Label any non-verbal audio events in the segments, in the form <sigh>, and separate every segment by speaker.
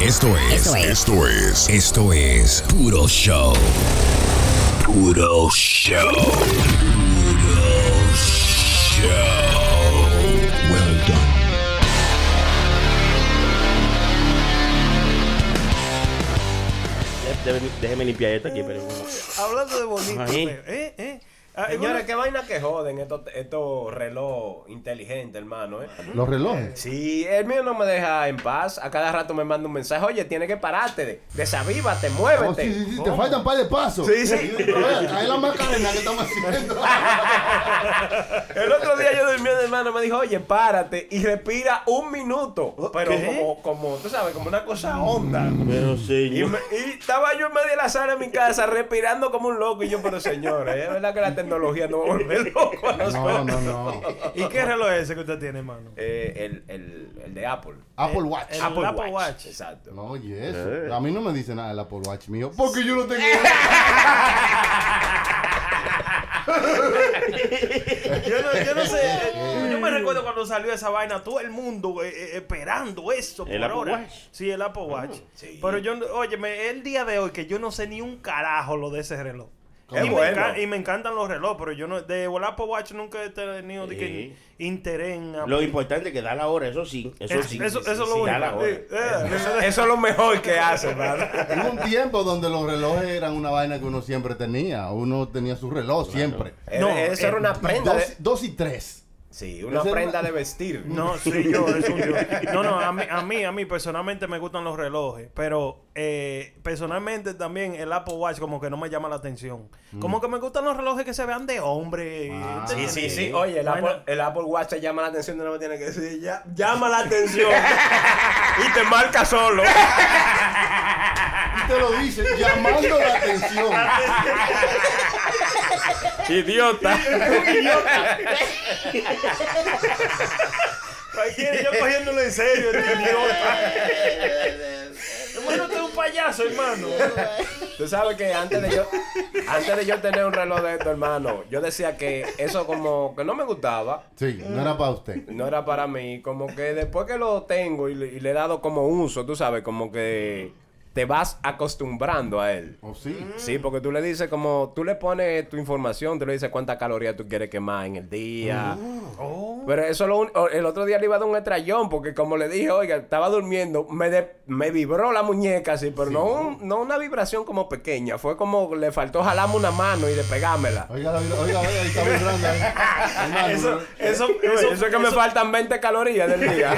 Speaker 1: Esto es,
Speaker 2: Esto es.
Speaker 1: esto es, esto es Puro Show. Puro Show. Puro Show. Well done.
Speaker 3: Déjeme, déjeme limpiar esto aquí, pero.
Speaker 4: Hablando de bonito,
Speaker 3: Ahí.
Speaker 4: pero, ¿eh? ¿eh? Ah,
Speaker 5: Señores,
Speaker 4: bueno,
Speaker 5: qué vaina que joden estos, estos reloj inteligentes, hermano, ¿eh?
Speaker 6: Los relojes.
Speaker 5: Sí, el mío no me deja en paz. A cada rato me manda un mensaje. Oye, tiene que pararte. de- Desavívate,
Speaker 6: Oh, sí, sí,
Speaker 5: muévete.
Speaker 6: sí, te faltan un par de pasos.
Speaker 5: Sí, sí.
Speaker 6: Ahí la macarena que estamos
Speaker 4: <laughs>
Speaker 6: haciendo.
Speaker 5: El otro día yo dormí, mi hermano me dijo, oye, párate y respira un minuto. Pero
Speaker 4: Oh, ¿Qué?
Speaker 5: como,
Speaker 4: Mm,
Speaker 5: como, tú sabes, como una cosa honda.
Speaker 3: Pero
Speaker 5: Y,
Speaker 3: señor.
Speaker 5: me- y estaba yo en medio de la sala de mi casa respirando como un loco. Y yo, pero señores, es verdad que la tecnología no va a volver loco a
Speaker 6: No,
Speaker 5: nosotros.
Speaker 6: no, no.
Speaker 4: ¿Y qué reloj es ese que usted tiene, hermano?
Speaker 5: Eh, el, el, el de Apple.
Speaker 6: Apple Watch.
Speaker 4: El
Speaker 5: Ah,
Speaker 4: Eh. Apple Watch.
Speaker 5: Exacto.
Speaker 6: No, oye, eso. A mí no me dice nada el Apple Watch mío. Porque yo lo tengo.
Speaker 4: <laughs> Yo no, yo no sé. eh, Yo me recuerdo cuando salió esa vaina, todo el mundo eh, eh, esperando eso por
Speaker 3: ¿El Apple
Speaker 4: horas.
Speaker 3: Watch?
Speaker 4: Sí, el Apple Watch.
Speaker 5: sí.
Speaker 4: Pero yo, oye, el día de hoy que yo no sé ni un carajo lo de ese reloj.
Speaker 5: Es
Speaker 4: y,
Speaker 5: bueno.
Speaker 4: me enca- y me encantan los relojes, pero yo no, de el Apple Watch nunca he tenido de que
Speaker 3: Sí.
Speaker 4: interés en Apple.
Speaker 3: Lo importante es que da la hora, eso sí. Eso
Speaker 4: Es-
Speaker 3: sí.
Speaker 4: eso-
Speaker 3: sí,
Speaker 4: eso
Speaker 3: sí,
Speaker 4: lo
Speaker 3: da
Speaker 4: único.
Speaker 3: la hora.
Speaker 4: Eh, eh,
Speaker 5: Eso, eso es lo mejor que hace, ¿verdad?
Speaker 6: Hubo un tiempo donde los relojes eran una vaina que uno siempre tenía. Uno tenía su reloj siempre.
Speaker 5: No,
Speaker 4: No,
Speaker 5: eso
Speaker 4: eh,
Speaker 5: era una prenda.
Speaker 6: Dos,
Speaker 5: De,
Speaker 6: dos y tres.
Speaker 5: sí, una
Speaker 6: ese era
Speaker 5: prenda
Speaker 6: una-
Speaker 5: de vestir.
Speaker 4: No, sí, yo, es un yo. No, no, a mí, a mí, a mí personalmente me gustan los relojes, pero eh, personalmente también el Apple Watch como que no me llama la atención. Como que me gustan los relojes que se vean de hombre. Este,
Speaker 5: Sí,
Speaker 4: ¿entiendes?
Speaker 5: sí, sí. Oye, el
Speaker 4: Vaina-
Speaker 5: Apple, el Apple Watch te llama la atención, no me tiene que decir. ya- llama la <laughs> atención. y te marca <laughs> solo.
Speaker 6: Y te lo dice llamando la atención.
Speaker 5: Idiota.
Speaker 4: Cualquiera, yo cogiéndolo en serio, este
Speaker 5: <laughs>
Speaker 4: idiota. Hermano, tú eres un payaso, hermano.
Speaker 5: Tú sabes que antes de yo antes de yo tener un reloj de esto, hermano, yo decía que eso como que no me gustaba.
Speaker 6: Sí, no era para usted.
Speaker 5: No era para mí, como que después que lo tengo y le, y le he dado como uso, tú sabes, como que te vas acostumbrando a él.
Speaker 6: ¿O Oh, sí?
Speaker 5: Sí, porque tú le dices como, tú le pones tu información, tú le dices cuántas calorías tú quieres quemar en el día. Pero eso lo un- o- el otro día le iba a dar un estrellón, porque como le dije, oiga, estaba durmiendo, me, de- me vibró la muñeca así, pero no, un- no una vibración como pequeña, fue como le faltó jalarme una mano y despegármela.
Speaker 6: Oiga, oiga, oiga, oiga, ahí está
Speaker 4: <laughs>
Speaker 6: vibrando. ahí. Hermano,
Speaker 4: Eso,
Speaker 6: pero-
Speaker 4: eso,
Speaker 5: Eso, es que me faltan 20 calorías del día.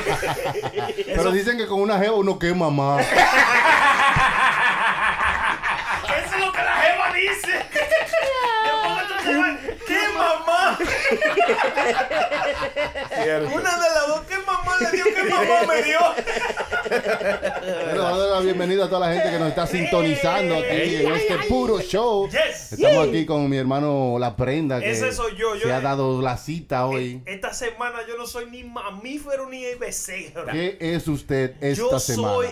Speaker 5: <laughs>
Speaker 6: Pero dicen que con una geo uno quema más.
Speaker 4: Eso es lo que la jeva dice. ¿Qué mamá? Una de las dos, ¿qué mamá le dio? ¿Qué mamá me dio?
Speaker 6: Quiero darle la bienvenida a toda la gente que nos está sintonizando aquí en este puro show.
Speaker 4: Yes.
Speaker 6: Estamos aquí con mi hermano La Prenda que
Speaker 4: Ese soy yo, Eh, yo-
Speaker 6: se ha dado la cita hoy.
Speaker 4: Esta semana yo no soy ni mamífero ni becerro.
Speaker 6: ¿Qué es usted esta
Speaker 4: Yo
Speaker 6: semana?
Speaker 4: soy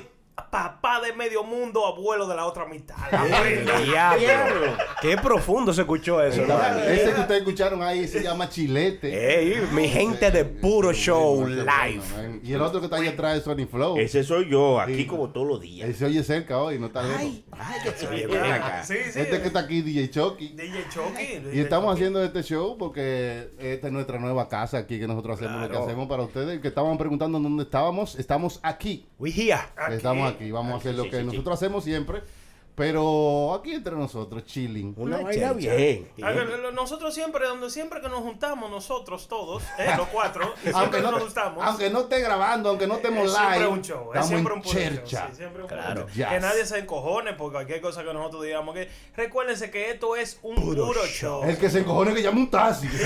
Speaker 4: papá de medio mundo, abuelo de la
Speaker 5: <laughs>
Speaker 4: otra mitad.
Speaker 5: Diablo. <laughs> Qué profundo se escuchó eso, hermano.
Speaker 6: Está- Ese que ustedes escucharon ahí se llama Chilete.
Speaker 5: Ey, mi gente de puro show
Speaker 6: Bueno,
Speaker 5: live.
Speaker 6: bueno, Y el otro que está ahí atrás es Sony Flow.
Speaker 3: Ese soy yo, aquí
Speaker 6: Sí.
Speaker 3: como todos los días.
Speaker 6: Él se oye cerca hoy, no está lejos.
Speaker 3: Oye, ven acá.
Speaker 4: Sí, sí.
Speaker 6: Este que está aquí, DJ Chucky.
Speaker 4: DJ Chucky.
Speaker 6: Y estamos haciendo este show porque esta es nuestra nueva casa aquí que nosotros hacemos lo que hacemos para ustedes. Que estaban preguntando dónde estábamos. Estamos aquí.
Speaker 5: We here.
Speaker 6: Estamos aquí. Vamos
Speaker 4: Ah,
Speaker 6: a hacer lo
Speaker 3: sí,
Speaker 6: que
Speaker 3: sí,
Speaker 6: nosotros hacemos siempre. Pero aquí entre nosotros, chilling.
Speaker 3: Una
Speaker 5: Una
Speaker 3: vaina
Speaker 5: chencha.
Speaker 3: bien.
Speaker 4: A ver, lo- Nosotros siempre, donde siempre que nos juntamos, nosotros todos,
Speaker 6: <laughs>
Speaker 4: eh, los cuatro, siempre
Speaker 6: Aunque no,
Speaker 4: nos
Speaker 6: te-
Speaker 4: juntamos.
Speaker 6: aunque no esté grabando, aunque no estemos
Speaker 4: es siempre
Speaker 6: live,
Speaker 4: un show, es
Speaker 6: estamos
Speaker 4: siempre
Speaker 6: en
Speaker 4: un puro show,
Speaker 6: chercha.
Speaker 4: sí, siempre un
Speaker 5: Claro.
Speaker 4: puro show.
Speaker 6: Yes.
Speaker 4: Que nadie se encojone por cualquier cosa que nosotros digamos. que Recuérdense que esto es un puro, show.
Speaker 6: El que se encojone que llame un taxi. <laughs>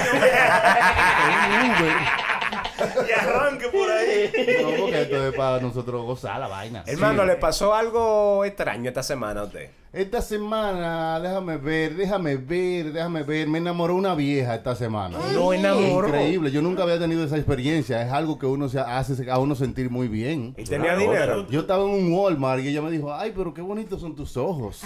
Speaker 6: Un
Speaker 4: Y arranque por ahí.
Speaker 6: Uber. No, porque esto es para nosotros gozar la vaina.
Speaker 5: Hermano,
Speaker 6: Sí.
Speaker 5: ¿le pasó algo extraño esta semana a usted?
Speaker 6: Esta semana, déjame ver, déjame ver, déjame ver. Me enamoró una vieja esta semana.
Speaker 5: Lo enamoró.
Speaker 6: Increíble, yo nunca había tenido esa experiencia. Es algo que uno se hace a uno sentir muy bien.
Speaker 5: ¿Y tenía dinero?
Speaker 6: Yo estaba en un Walmart y ella me dijo, ay, pero qué bonitos son tus ojos.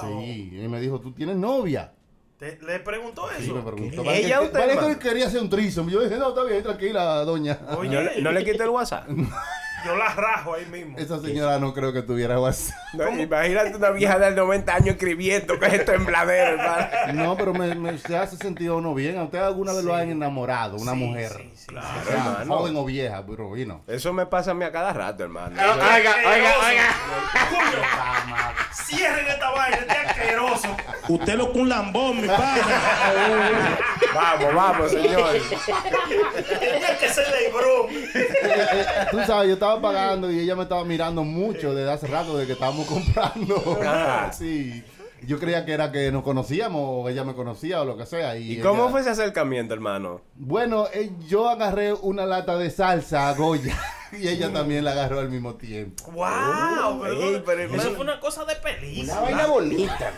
Speaker 6: Sí, y me dijo, ¿tú tienes novia?
Speaker 4: Te- le preguntó
Speaker 6: Y me
Speaker 4: eso.
Speaker 6: preguntó,
Speaker 5: ¿Qué?
Speaker 6: "Vale,
Speaker 5: ¿Ella
Speaker 6: que-
Speaker 5: usted,
Speaker 6: vale, que
Speaker 5: hermano?
Speaker 6: él quería hacer un trisom. Yo dije, no, está bien, tranquila, doña.
Speaker 3: <laughs>
Speaker 4: Oye,
Speaker 5: ¿No, le- no le quité el WhatsApp?
Speaker 4: yo la rajo ahí
Speaker 6: <laughs>
Speaker 4: mismo.
Speaker 6: Esa señora no creo que tuviera
Speaker 5: <laughs>
Speaker 6: WhatsApp.
Speaker 5: No, imagínate una vieja del 90 años escribiendo que es esto en bladero, hermano.
Speaker 6: No, pero me, me- se hace sentido a uno bien. ¿A usted alguna vez lo han enamorado? Una mujer. O sea, joven o vieja, pero vino.
Speaker 5: Eso me pasa a mí a cada rato, hermano.
Speaker 4: Oiga, oiga, oiga. Cierren esta vaina, este asqueroso.
Speaker 2: Usted lo que un lambón, mi padre.
Speaker 5: Vamos, vamos, señores.
Speaker 4: Tenía que ser Lebron.
Speaker 6: Tú sabes, yo estaba pagando y ella me estaba mirando mucho desde hace rato, de que estábamos comprando.
Speaker 5: Ajá.
Speaker 6: <laughs> sí. Yo creía que era que nos conocíamos o ella me conocía o lo que sea. ¿Y,
Speaker 5: ¿Y cómo
Speaker 6: ella-
Speaker 5: fue ese acercamiento, hermano?
Speaker 6: Bueno, eh, yo agarré una lata de salsa a Goya <laughs> y ella también la agarró al mismo tiempo.
Speaker 4: Wow, pero,
Speaker 5: ey, pero
Speaker 4: Oh, eso
Speaker 5: hermano.
Speaker 4: fue una cosa de película.
Speaker 3: Una vaina bonita.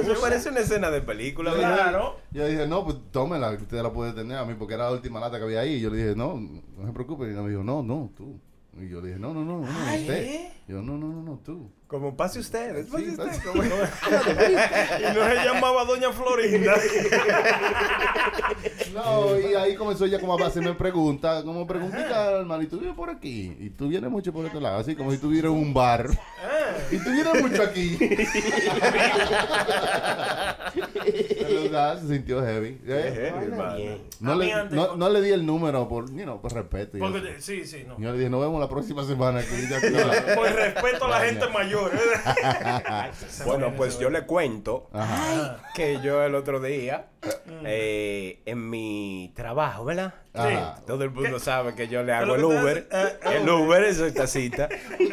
Speaker 5: Eso parece una escena de película, ¿verdad?
Speaker 4: Claro.
Speaker 6: Yo dije, no, pues tómela, que usted la puede tener a mí, porque era la última lata que había ahí. Y yo le dije, no, no se preocupe. Y ella me dijo, no, no, tú. Y yo le dije, no, no, no, no, no, usted.
Speaker 5: ¿eh?
Speaker 6: Yo, no, no, no, no, tú.
Speaker 5: Como pase usted, pase
Speaker 6: Sí,
Speaker 5: usted.
Speaker 6: pase.
Speaker 5: como- <laughs>
Speaker 4: Y no se llamaba Doña Florinda.
Speaker 6: No, y ahí comenzó ella como a hacerme preguntas, como preguntitas, hermano, y tú vives por aquí, y tú vienes mucho por este lado, así como si tuviera un bar,
Speaker 5: Ah.
Speaker 6: y tú vienes
Speaker 5: <laughs>
Speaker 6: mucho aquí. De verdad, se sintió heavy.
Speaker 5: Qué
Speaker 6: Eh,
Speaker 5: heavy, hermano.
Speaker 6: No,
Speaker 4: A mí
Speaker 6: le,
Speaker 4: antes-
Speaker 6: no, no le di el número por, you know, por respeto. y
Speaker 4: Porque,
Speaker 6: eso.
Speaker 4: te- sí, sí, no.
Speaker 6: Yo le dije, nos vemos la próxima semana. Que ya tengo la-
Speaker 4: Por respeto a la gente <laughs> mayor.
Speaker 5: Bueno, pues yo le cuento
Speaker 6: Ajá.
Speaker 5: Ah. que yo el otro día, eh, en mi trabajo, ¿verdad?
Speaker 4: Ah.
Speaker 6: Ajá.
Speaker 5: Todo el mundo sabe que yo le
Speaker 4: lo
Speaker 5: hago el
Speaker 4: que te
Speaker 5: Uber.
Speaker 4: hace? Ah,
Speaker 5: el Uber es esta cita.
Speaker 4: Él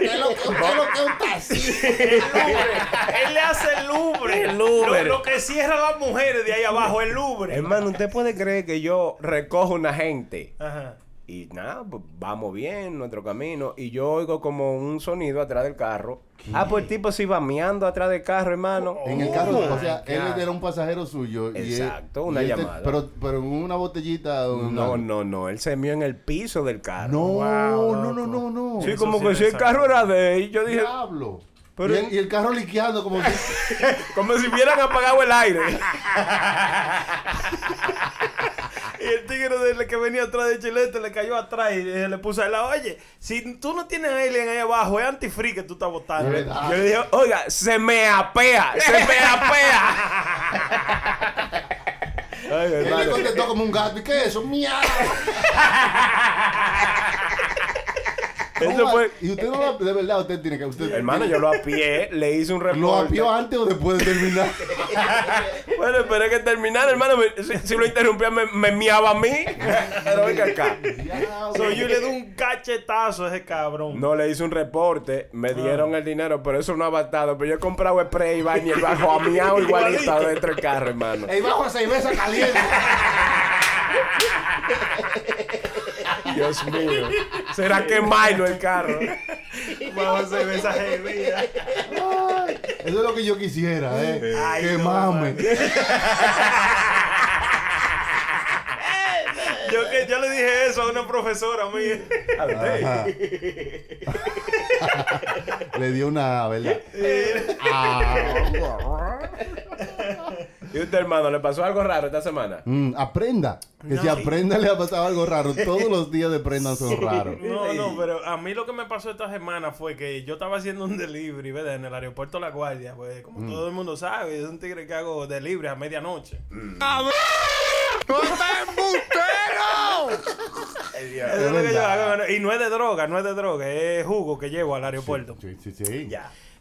Speaker 4: le hace el lubre.
Speaker 5: El lubre.
Speaker 4: Lo, lo que cierra a las mujeres de ahí abajo, el lubre.
Speaker 5: Hermano, ¿usted puede creer que yo recojo una gente?
Speaker 4: Ajá.
Speaker 5: Y nada, pues, vamos bien nuestro camino. Y yo oigo como un sonido atrás del carro. Ah, pues el tipo se iba meando atrás del carro, hermano.
Speaker 6: Oh. En el carro, o sea,
Speaker 5: Oh my
Speaker 6: él
Speaker 5: God.
Speaker 6: era un pasajero suyo. y él-
Speaker 5: Exacto,
Speaker 6: y
Speaker 5: una
Speaker 6: él te-
Speaker 5: llamada.
Speaker 6: pero, pero en una botellita. o en
Speaker 5: No,
Speaker 6: una-
Speaker 5: no, no. Él se mió en el piso del carro.
Speaker 6: No,
Speaker 4: Wow,
Speaker 6: no, no,
Speaker 4: loco.
Speaker 6: no, no.
Speaker 5: Ah, Sí,
Speaker 4: Eso
Speaker 5: como
Speaker 4: sí
Speaker 5: que
Speaker 4: me
Speaker 5: si el
Speaker 4: saca.
Speaker 5: carro era de él. Yo dije,
Speaker 6: Diablo.
Speaker 5: Pero-
Speaker 6: y, el, y el carro liqueando como que...
Speaker 5: como si hubieran apagado el aire.
Speaker 4: Y el tigre del que venía atrás de Chilete le cayó atrás y eh, le puso a él, oye, si tú no tienes alien ahí abajo, es antifree que tú estás botando.
Speaker 6: De verdad.
Speaker 5: Yo le dije, oiga, se me apea, se me apea. Ay,
Speaker 6: Él le
Speaker 5: hermano.
Speaker 6: contestó como un gato. ¿Y qué es eso? ¡Miau!
Speaker 5: Eso fue-
Speaker 6: Y usted no lo... De verdad, usted tiene que... Usted,
Speaker 5: Hermano, yo lo apié, le hice un reporte.
Speaker 6: ¿Lo apió antes o después de terminar?
Speaker 5: Bueno, esperé que terminara, hermano. me- Si, si lo interrumpía, me, me miaba a mí. Pero venga acá.
Speaker 6: Diablo.
Speaker 4: So, yo le di un cachetazo a ese cabrón.
Speaker 5: No, le hice un reporte,
Speaker 6: Ah.
Speaker 5: me dieron el dinero, pero eso no ha bastado. Pero yo he comprado spray, baño y el bajo a miau igualito dentro del carro, hermano.
Speaker 6: Ey, bajo a seis veces caliente.
Speaker 5: Dios mío. ¿Será que Milo el carro?
Speaker 4: Vamos a hacer esa bebida.
Speaker 6: Ay, Eso es lo que yo quisiera, ¿eh?
Speaker 4: Ay,
Speaker 6: que
Speaker 4: no,
Speaker 6: mame.
Speaker 4: Yo, que, yo le dije eso a una profesora mía.
Speaker 6: Ajá. Le dio una, ¿verdad? Ah.
Speaker 5: ¿Y usted, hermano, le pasó algo raro esta semana?
Speaker 6: Mm, aprenda. Que si aprenda le ha pasado algo raro. Todos los días de prenda son raros.
Speaker 4: No, no, pero a mí lo que me pasó esta semana fue que yo estaba haciendo un delivery, ¿verdad? En el aeropuerto La Guardia, pues, como todo el mundo sabe, es un tigre que hago delivery a medianoche. Eso es lo que yo hago, hermano. Y no es de droga, no es de droga, es jugo que llevo al aeropuerto.
Speaker 6: Sí, sí, sí.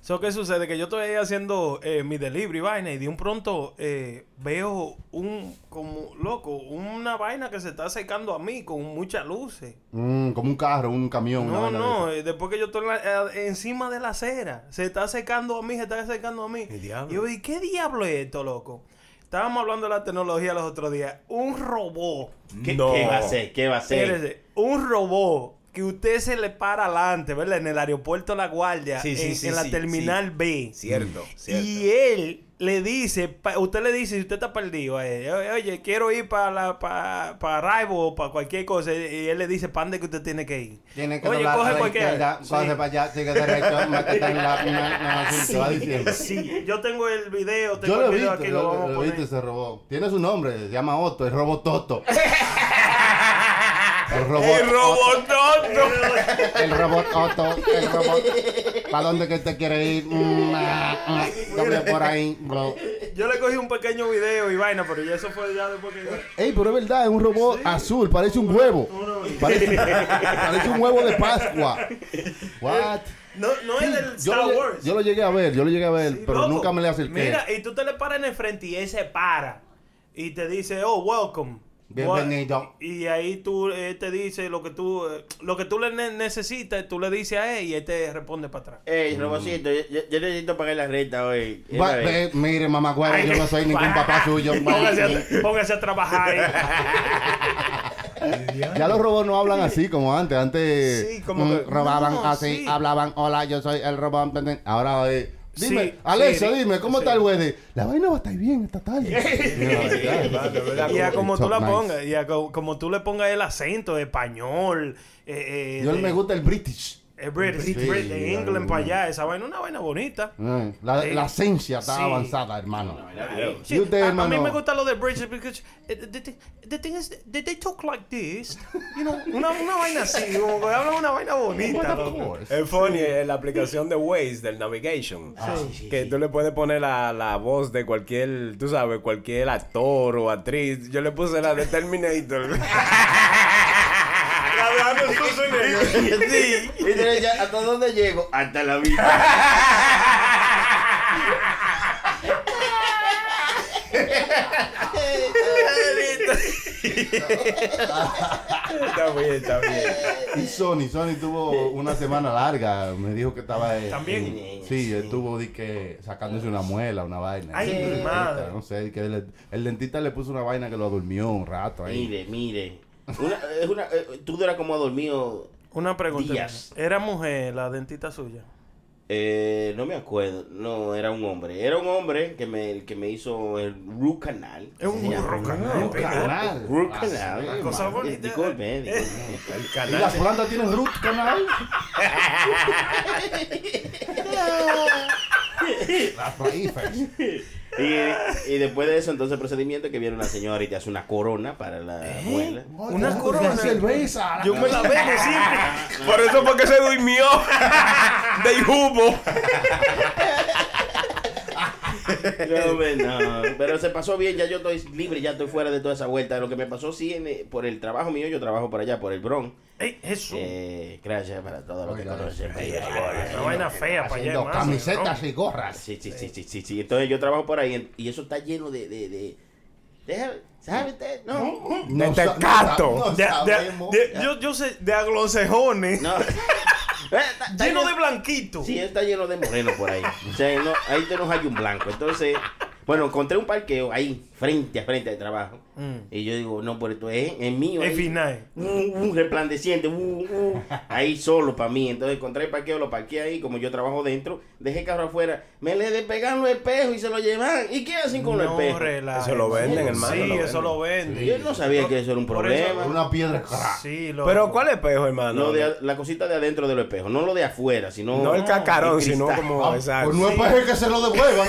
Speaker 4: So, ¿qué sucede? Que yo estoy ahí haciendo eh, mi delivery vaina y de un pronto eh, veo un, como, loco, una vaina que se está acercando a mí con muchas luces.
Speaker 6: Mm, como un carro, un camión. una
Speaker 4: No,
Speaker 6: vaina de
Speaker 4: no,
Speaker 6: esas.
Speaker 4: eh, después que yo estoy en la- eh, encima de la acera, se está acercando a mí, se está acercando a mí.
Speaker 5: diablo.
Speaker 4: Y yo, ¿y qué diablo es esto, loco? Estábamos hablando de la tecnología los otros días. Un robot.
Speaker 3: ¿Qué,
Speaker 5: No.
Speaker 3: ¿Qué va a hacer? ¿Qué va a hacer?
Speaker 4: Espérese, un robot que usted se le para adelante, ¿verdad? En el aeropuerto La Guardia,
Speaker 5: Sí, sí,
Speaker 4: en,
Speaker 5: sí,
Speaker 4: en la
Speaker 5: sí,
Speaker 4: terminal B.
Speaker 5: Cierto,
Speaker 4: Y él le dice, pa- usted le dice, si usted está perdido, eh, "O- oye, quiero ir para la, para, para Raibo o para cualquier cosa, y él le dice, ¿para dónde que usted tiene que ir?
Speaker 6: Tiene que
Speaker 4: oye,
Speaker 6: doblar a
Speaker 4: coge
Speaker 6: la
Speaker 4: cualquiera.
Speaker 6: izquierda,
Speaker 4: Sí.
Speaker 6: coge para allá, sigue derecho, <laughs> métete en la... na- na- así, te va diciendo.
Speaker 4: Sí, yo tengo el video, tengo
Speaker 6: Yo lo
Speaker 4: el
Speaker 6: he
Speaker 4: video
Speaker 6: visto,
Speaker 4: aquí,
Speaker 6: yo
Speaker 4: lo,
Speaker 6: lo-
Speaker 4: vamos a
Speaker 6: lo he
Speaker 4: poner.
Speaker 6: visto ese robot. Tiene su nombre,
Speaker 4: <laughs>
Speaker 6: se llama Otto, el robot Toto. El robot
Speaker 5: El robot
Speaker 6: El robot Otto, el robot. ¿Para dónde que te quiere ir? Mm, ah, ah, doble por ahí, bro.
Speaker 4: <laughs> Yo le cogí un pequeño video y vaina, pero ya eso fue ya después
Speaker 6: <laughs>
Speaker 4: que.
Speaker 6: Ey, pero es verdad, es un robot azul, parece un huevo. Parece, parece un huevo de
Speaker 4: <laughs>
Speaker 6: Pascua. What?
Speaker 4: No, no es del
Speaker 6: Yo
Speaker 4: Star
Speaker 6: lo, lle-
Speaker 4: Wars.
Speaker 6: yo lo llegué a ver, yo lo llegué a ver, pero
Speaker 4: Loco,
Speaker 6: nunca me le acerqué.
Speaker 4: Mira, y tú te le paras en el frente y él se para. Y te dice, oh, welcome.
Speaker 6: Bienvenido.
Speaker 4: Y ahí tú eh, te dice lo que tú eh, lo que tú le ne- necesitas, tú le dices a él y él te responde para atrás.
Speaker 3: Ey, Robocito, yo, yo- yo necesito pagar la renta hoy. Esa
Speaker 6: Va-
Speaker 3: vez.
Speaker 6: ve, mire, mamá güera, yo no soy
Speaker 4: <laughs>
Speaker 6: ningún papá suyo.
Speaker 4: Póngase a, póngase a trabajar. eh.
Speaker 6: Ya los robots no hablan así como antes. Antes
Speaker 4: Sí, como
Speaker 6: mm,
Speaker 4: que-
Speaker 6: robaban
Speaker 4: no,
Speaker 6: así,
Speaker 4: sí.
Speaker 6: hablaban, hola, yo soy el robot. pen- Ahora, eh, dime,
Speaker 4: Sí,
Speaker 6: Alexa,
Speaker 4: sí,
Speaker 6: dime, ¿cómo
Speaker 4: sí.
Speaker 6: está el weather? La vaina va a estar bien esta
Speaker 4: <laughs>
Speaker 6: tarde.
Speaker 4: Y a
Speaker 6: It's
Speaker 4: como
Speaker 6: so
Speaker 4: tú la
Speaker 6: nice.
Speaker 4: pongas, y a co- como tú le pongas el acento de español, eh, eh,
Speaker 6: Yo
Speaker 4: de-
Speaker 6: me gusta el British.
Speaker 4: eh, British,
Speaker 6: Sí,
Speaker 4: Brit- de
Speaker 6: la-
Speaker 4: England para allá, esa vaina, una vaina bonita.
Speaker 6: Eh, La,
Speaker 4: Sí.
Speaker 6: la esencia está
Speaker 4: Sí.
Speaker 6: avanzada, hermano.
Speaker 4: Sí,
Speaker 6: ¿Y usted,
Speaker 4: a- a, mí
Speaker 6: hermano?
Speaker 4: me gusta lo de British because eh, the, thi- the thing is that they talk like this, you know, una, una vaina así, como que hablan una vaina bonita. loco.
Speaker 5: Es funny, eh, la aplicación de Waze del navigation. que tú le puedes poner la, la voz de cualquier, tú sabes, cualquier actor o actriz. Yo le puse la de Terminator. <laughs>
Speaker 4: Ah,
Speaker 3: <laughs> Sí. Y tenés ya, ¿Hasta dónde llego? Hasta la vida.
Speaker 5: está bien, está bien.
Speaker 6: Y Sony, Sony tuvo una semana larga. Me dijo que estaba. eh,
Speaker 4: También.
Speaker 6: en- sí, estuvo di que, sacándose una muela, una vaina.
Speaker 4: Ay,
Speaker 6: Sí,
Speaker 4: mi
Speaker 6: dentista,
Speaker 4: madre.
Speaker 6: No sé, que el, el dentista le puso una vaina que lo durmió un rato ahí.
Speaker 3: Mire, mire. Una, es una, eh, tú duras como dormido.
Speaker 4: Una pregunta.
Speaker 3: Díaz.
Speaker 4: Era mujer la dentista suya.
Speaker 3: Eh, no me acuerdo. No, era un hombre. Era un hombre que me, el que me hizo el root canal.
Speaker 4: Es un
Speaker 3: Se llama.
Speaker 4: root canal.
Speaker 6: Root canal.
Speaker 3: Root
Speaker 6: Así,
Speaker 3: canal.
Speaker 4: Cosa
Speaker 6: man.
Speaker 4: bonita.
Speaker 3: Disculpe, eh, disculpe.
Speaker 6: ¿Y las plantas tienen root canal? las raíces.
Speaker 3: Y, y después de eso, entonces procedimiento que viene una señora y te hace una corona para
Speaker 4: ¿Eh?
Speaker 3: la muela.
Speaker 4: Una corona.
Speaker 6: La cerveza.
Speaker 4: Yo me la veo siempre.
Speaker 5: Por eso porque se durmió de humo.
Speaker 3: No, hombre, no. Pero se pasó bien, ya yo estoy libre, ya estoy fuera de toda esa vuelta. Lo que me pasó sí en, eh, por el trabajo mío, yo trabajo por allá, por el Bron.
Speaker 4: Ey, Jesús.
Speaker 3: Eh, gracias para todo lo que
Speaker 6: Oiga,
Speaker 3: conocen.
Speaker 4: una vaina fea para allá.
Speaker 6: Haciendo
Speaker 4: hermano,
Speaker 6: camisetas
Speaker 4: ¿no?
Speaker 6: y gorras.
Speaker 3: Ah, Sí, sí, sí, sí, sí, sí. Entonces yo trabajo por ahí en- y eso está lleno de... de, de deja- ¿Sabe usted?
Speaker 4: ¿Eh?
Speaker 3: No.
Speaker 6: No
Speaker 5: te
Speaker 6: sa- no
Speaker 5: cato.
Speaker 6: sa- no
Speaker 4: De- de-
Speaker 6: sabemos.
Speaker 4: de- yo, yo sé, de aglocejones.
Speaker 3: No. <laughs> Eh, está- está
Speaker 4: Lleno de blanquito.
Speaker 3: Sí, está lleno de morenos por ahí. O sea, no, ahí te nos hay un blanco. Entonces, bueno, encontré un parqueo ahí, frente a frente de trabajo.
Speaker 4: Mm.
Speaker 3: Y yo digo, no, pero esto es, es mío.
Speaker 4: Es
Speaker 3: ahí.
Speaker 4: final.
Speaker 3: Un- un resplandeciente, un- un- ahí solo para mí. Entonces encontré el parqueo, lo parqué ahí, como yo trabajo dentro, dejé el carro afuera, me le despegaron los espejos y se lo llevan. ¿Y qué hacen con los espejos?
Speaker 4: relajes.
Speaker 5: Eso lo venden, hermano,
Speaker 4: Sí,
Speaker 5: lo
Speaker 4: eso
Speaker 5: venden.
Speaker 4: lo venden.
Speaker 3: Yo no sabía que eso era un
Speaker 4: Por eso-
Speaker 3: problema.
Speaker 6: Una piedra. crack.
Speaker 4: Sí, lo
Speaker 5: Pero ¿cuál espejo, hermano?
Speaker 3: Lo de a- la cosita de adentro del espejo, no lo de afuera, sino
Speaker 5: No el cacarón,
Speaker 3: el
Speaker 5: sino
Speaker 3: cristal.
Speaker 5: como
Speaker 6: Ah,
Speaker 5: exacto.
Speaker 6: Pues no es para que se lo
Speaker 4: <laughs>
Speaker 6: devuelvan.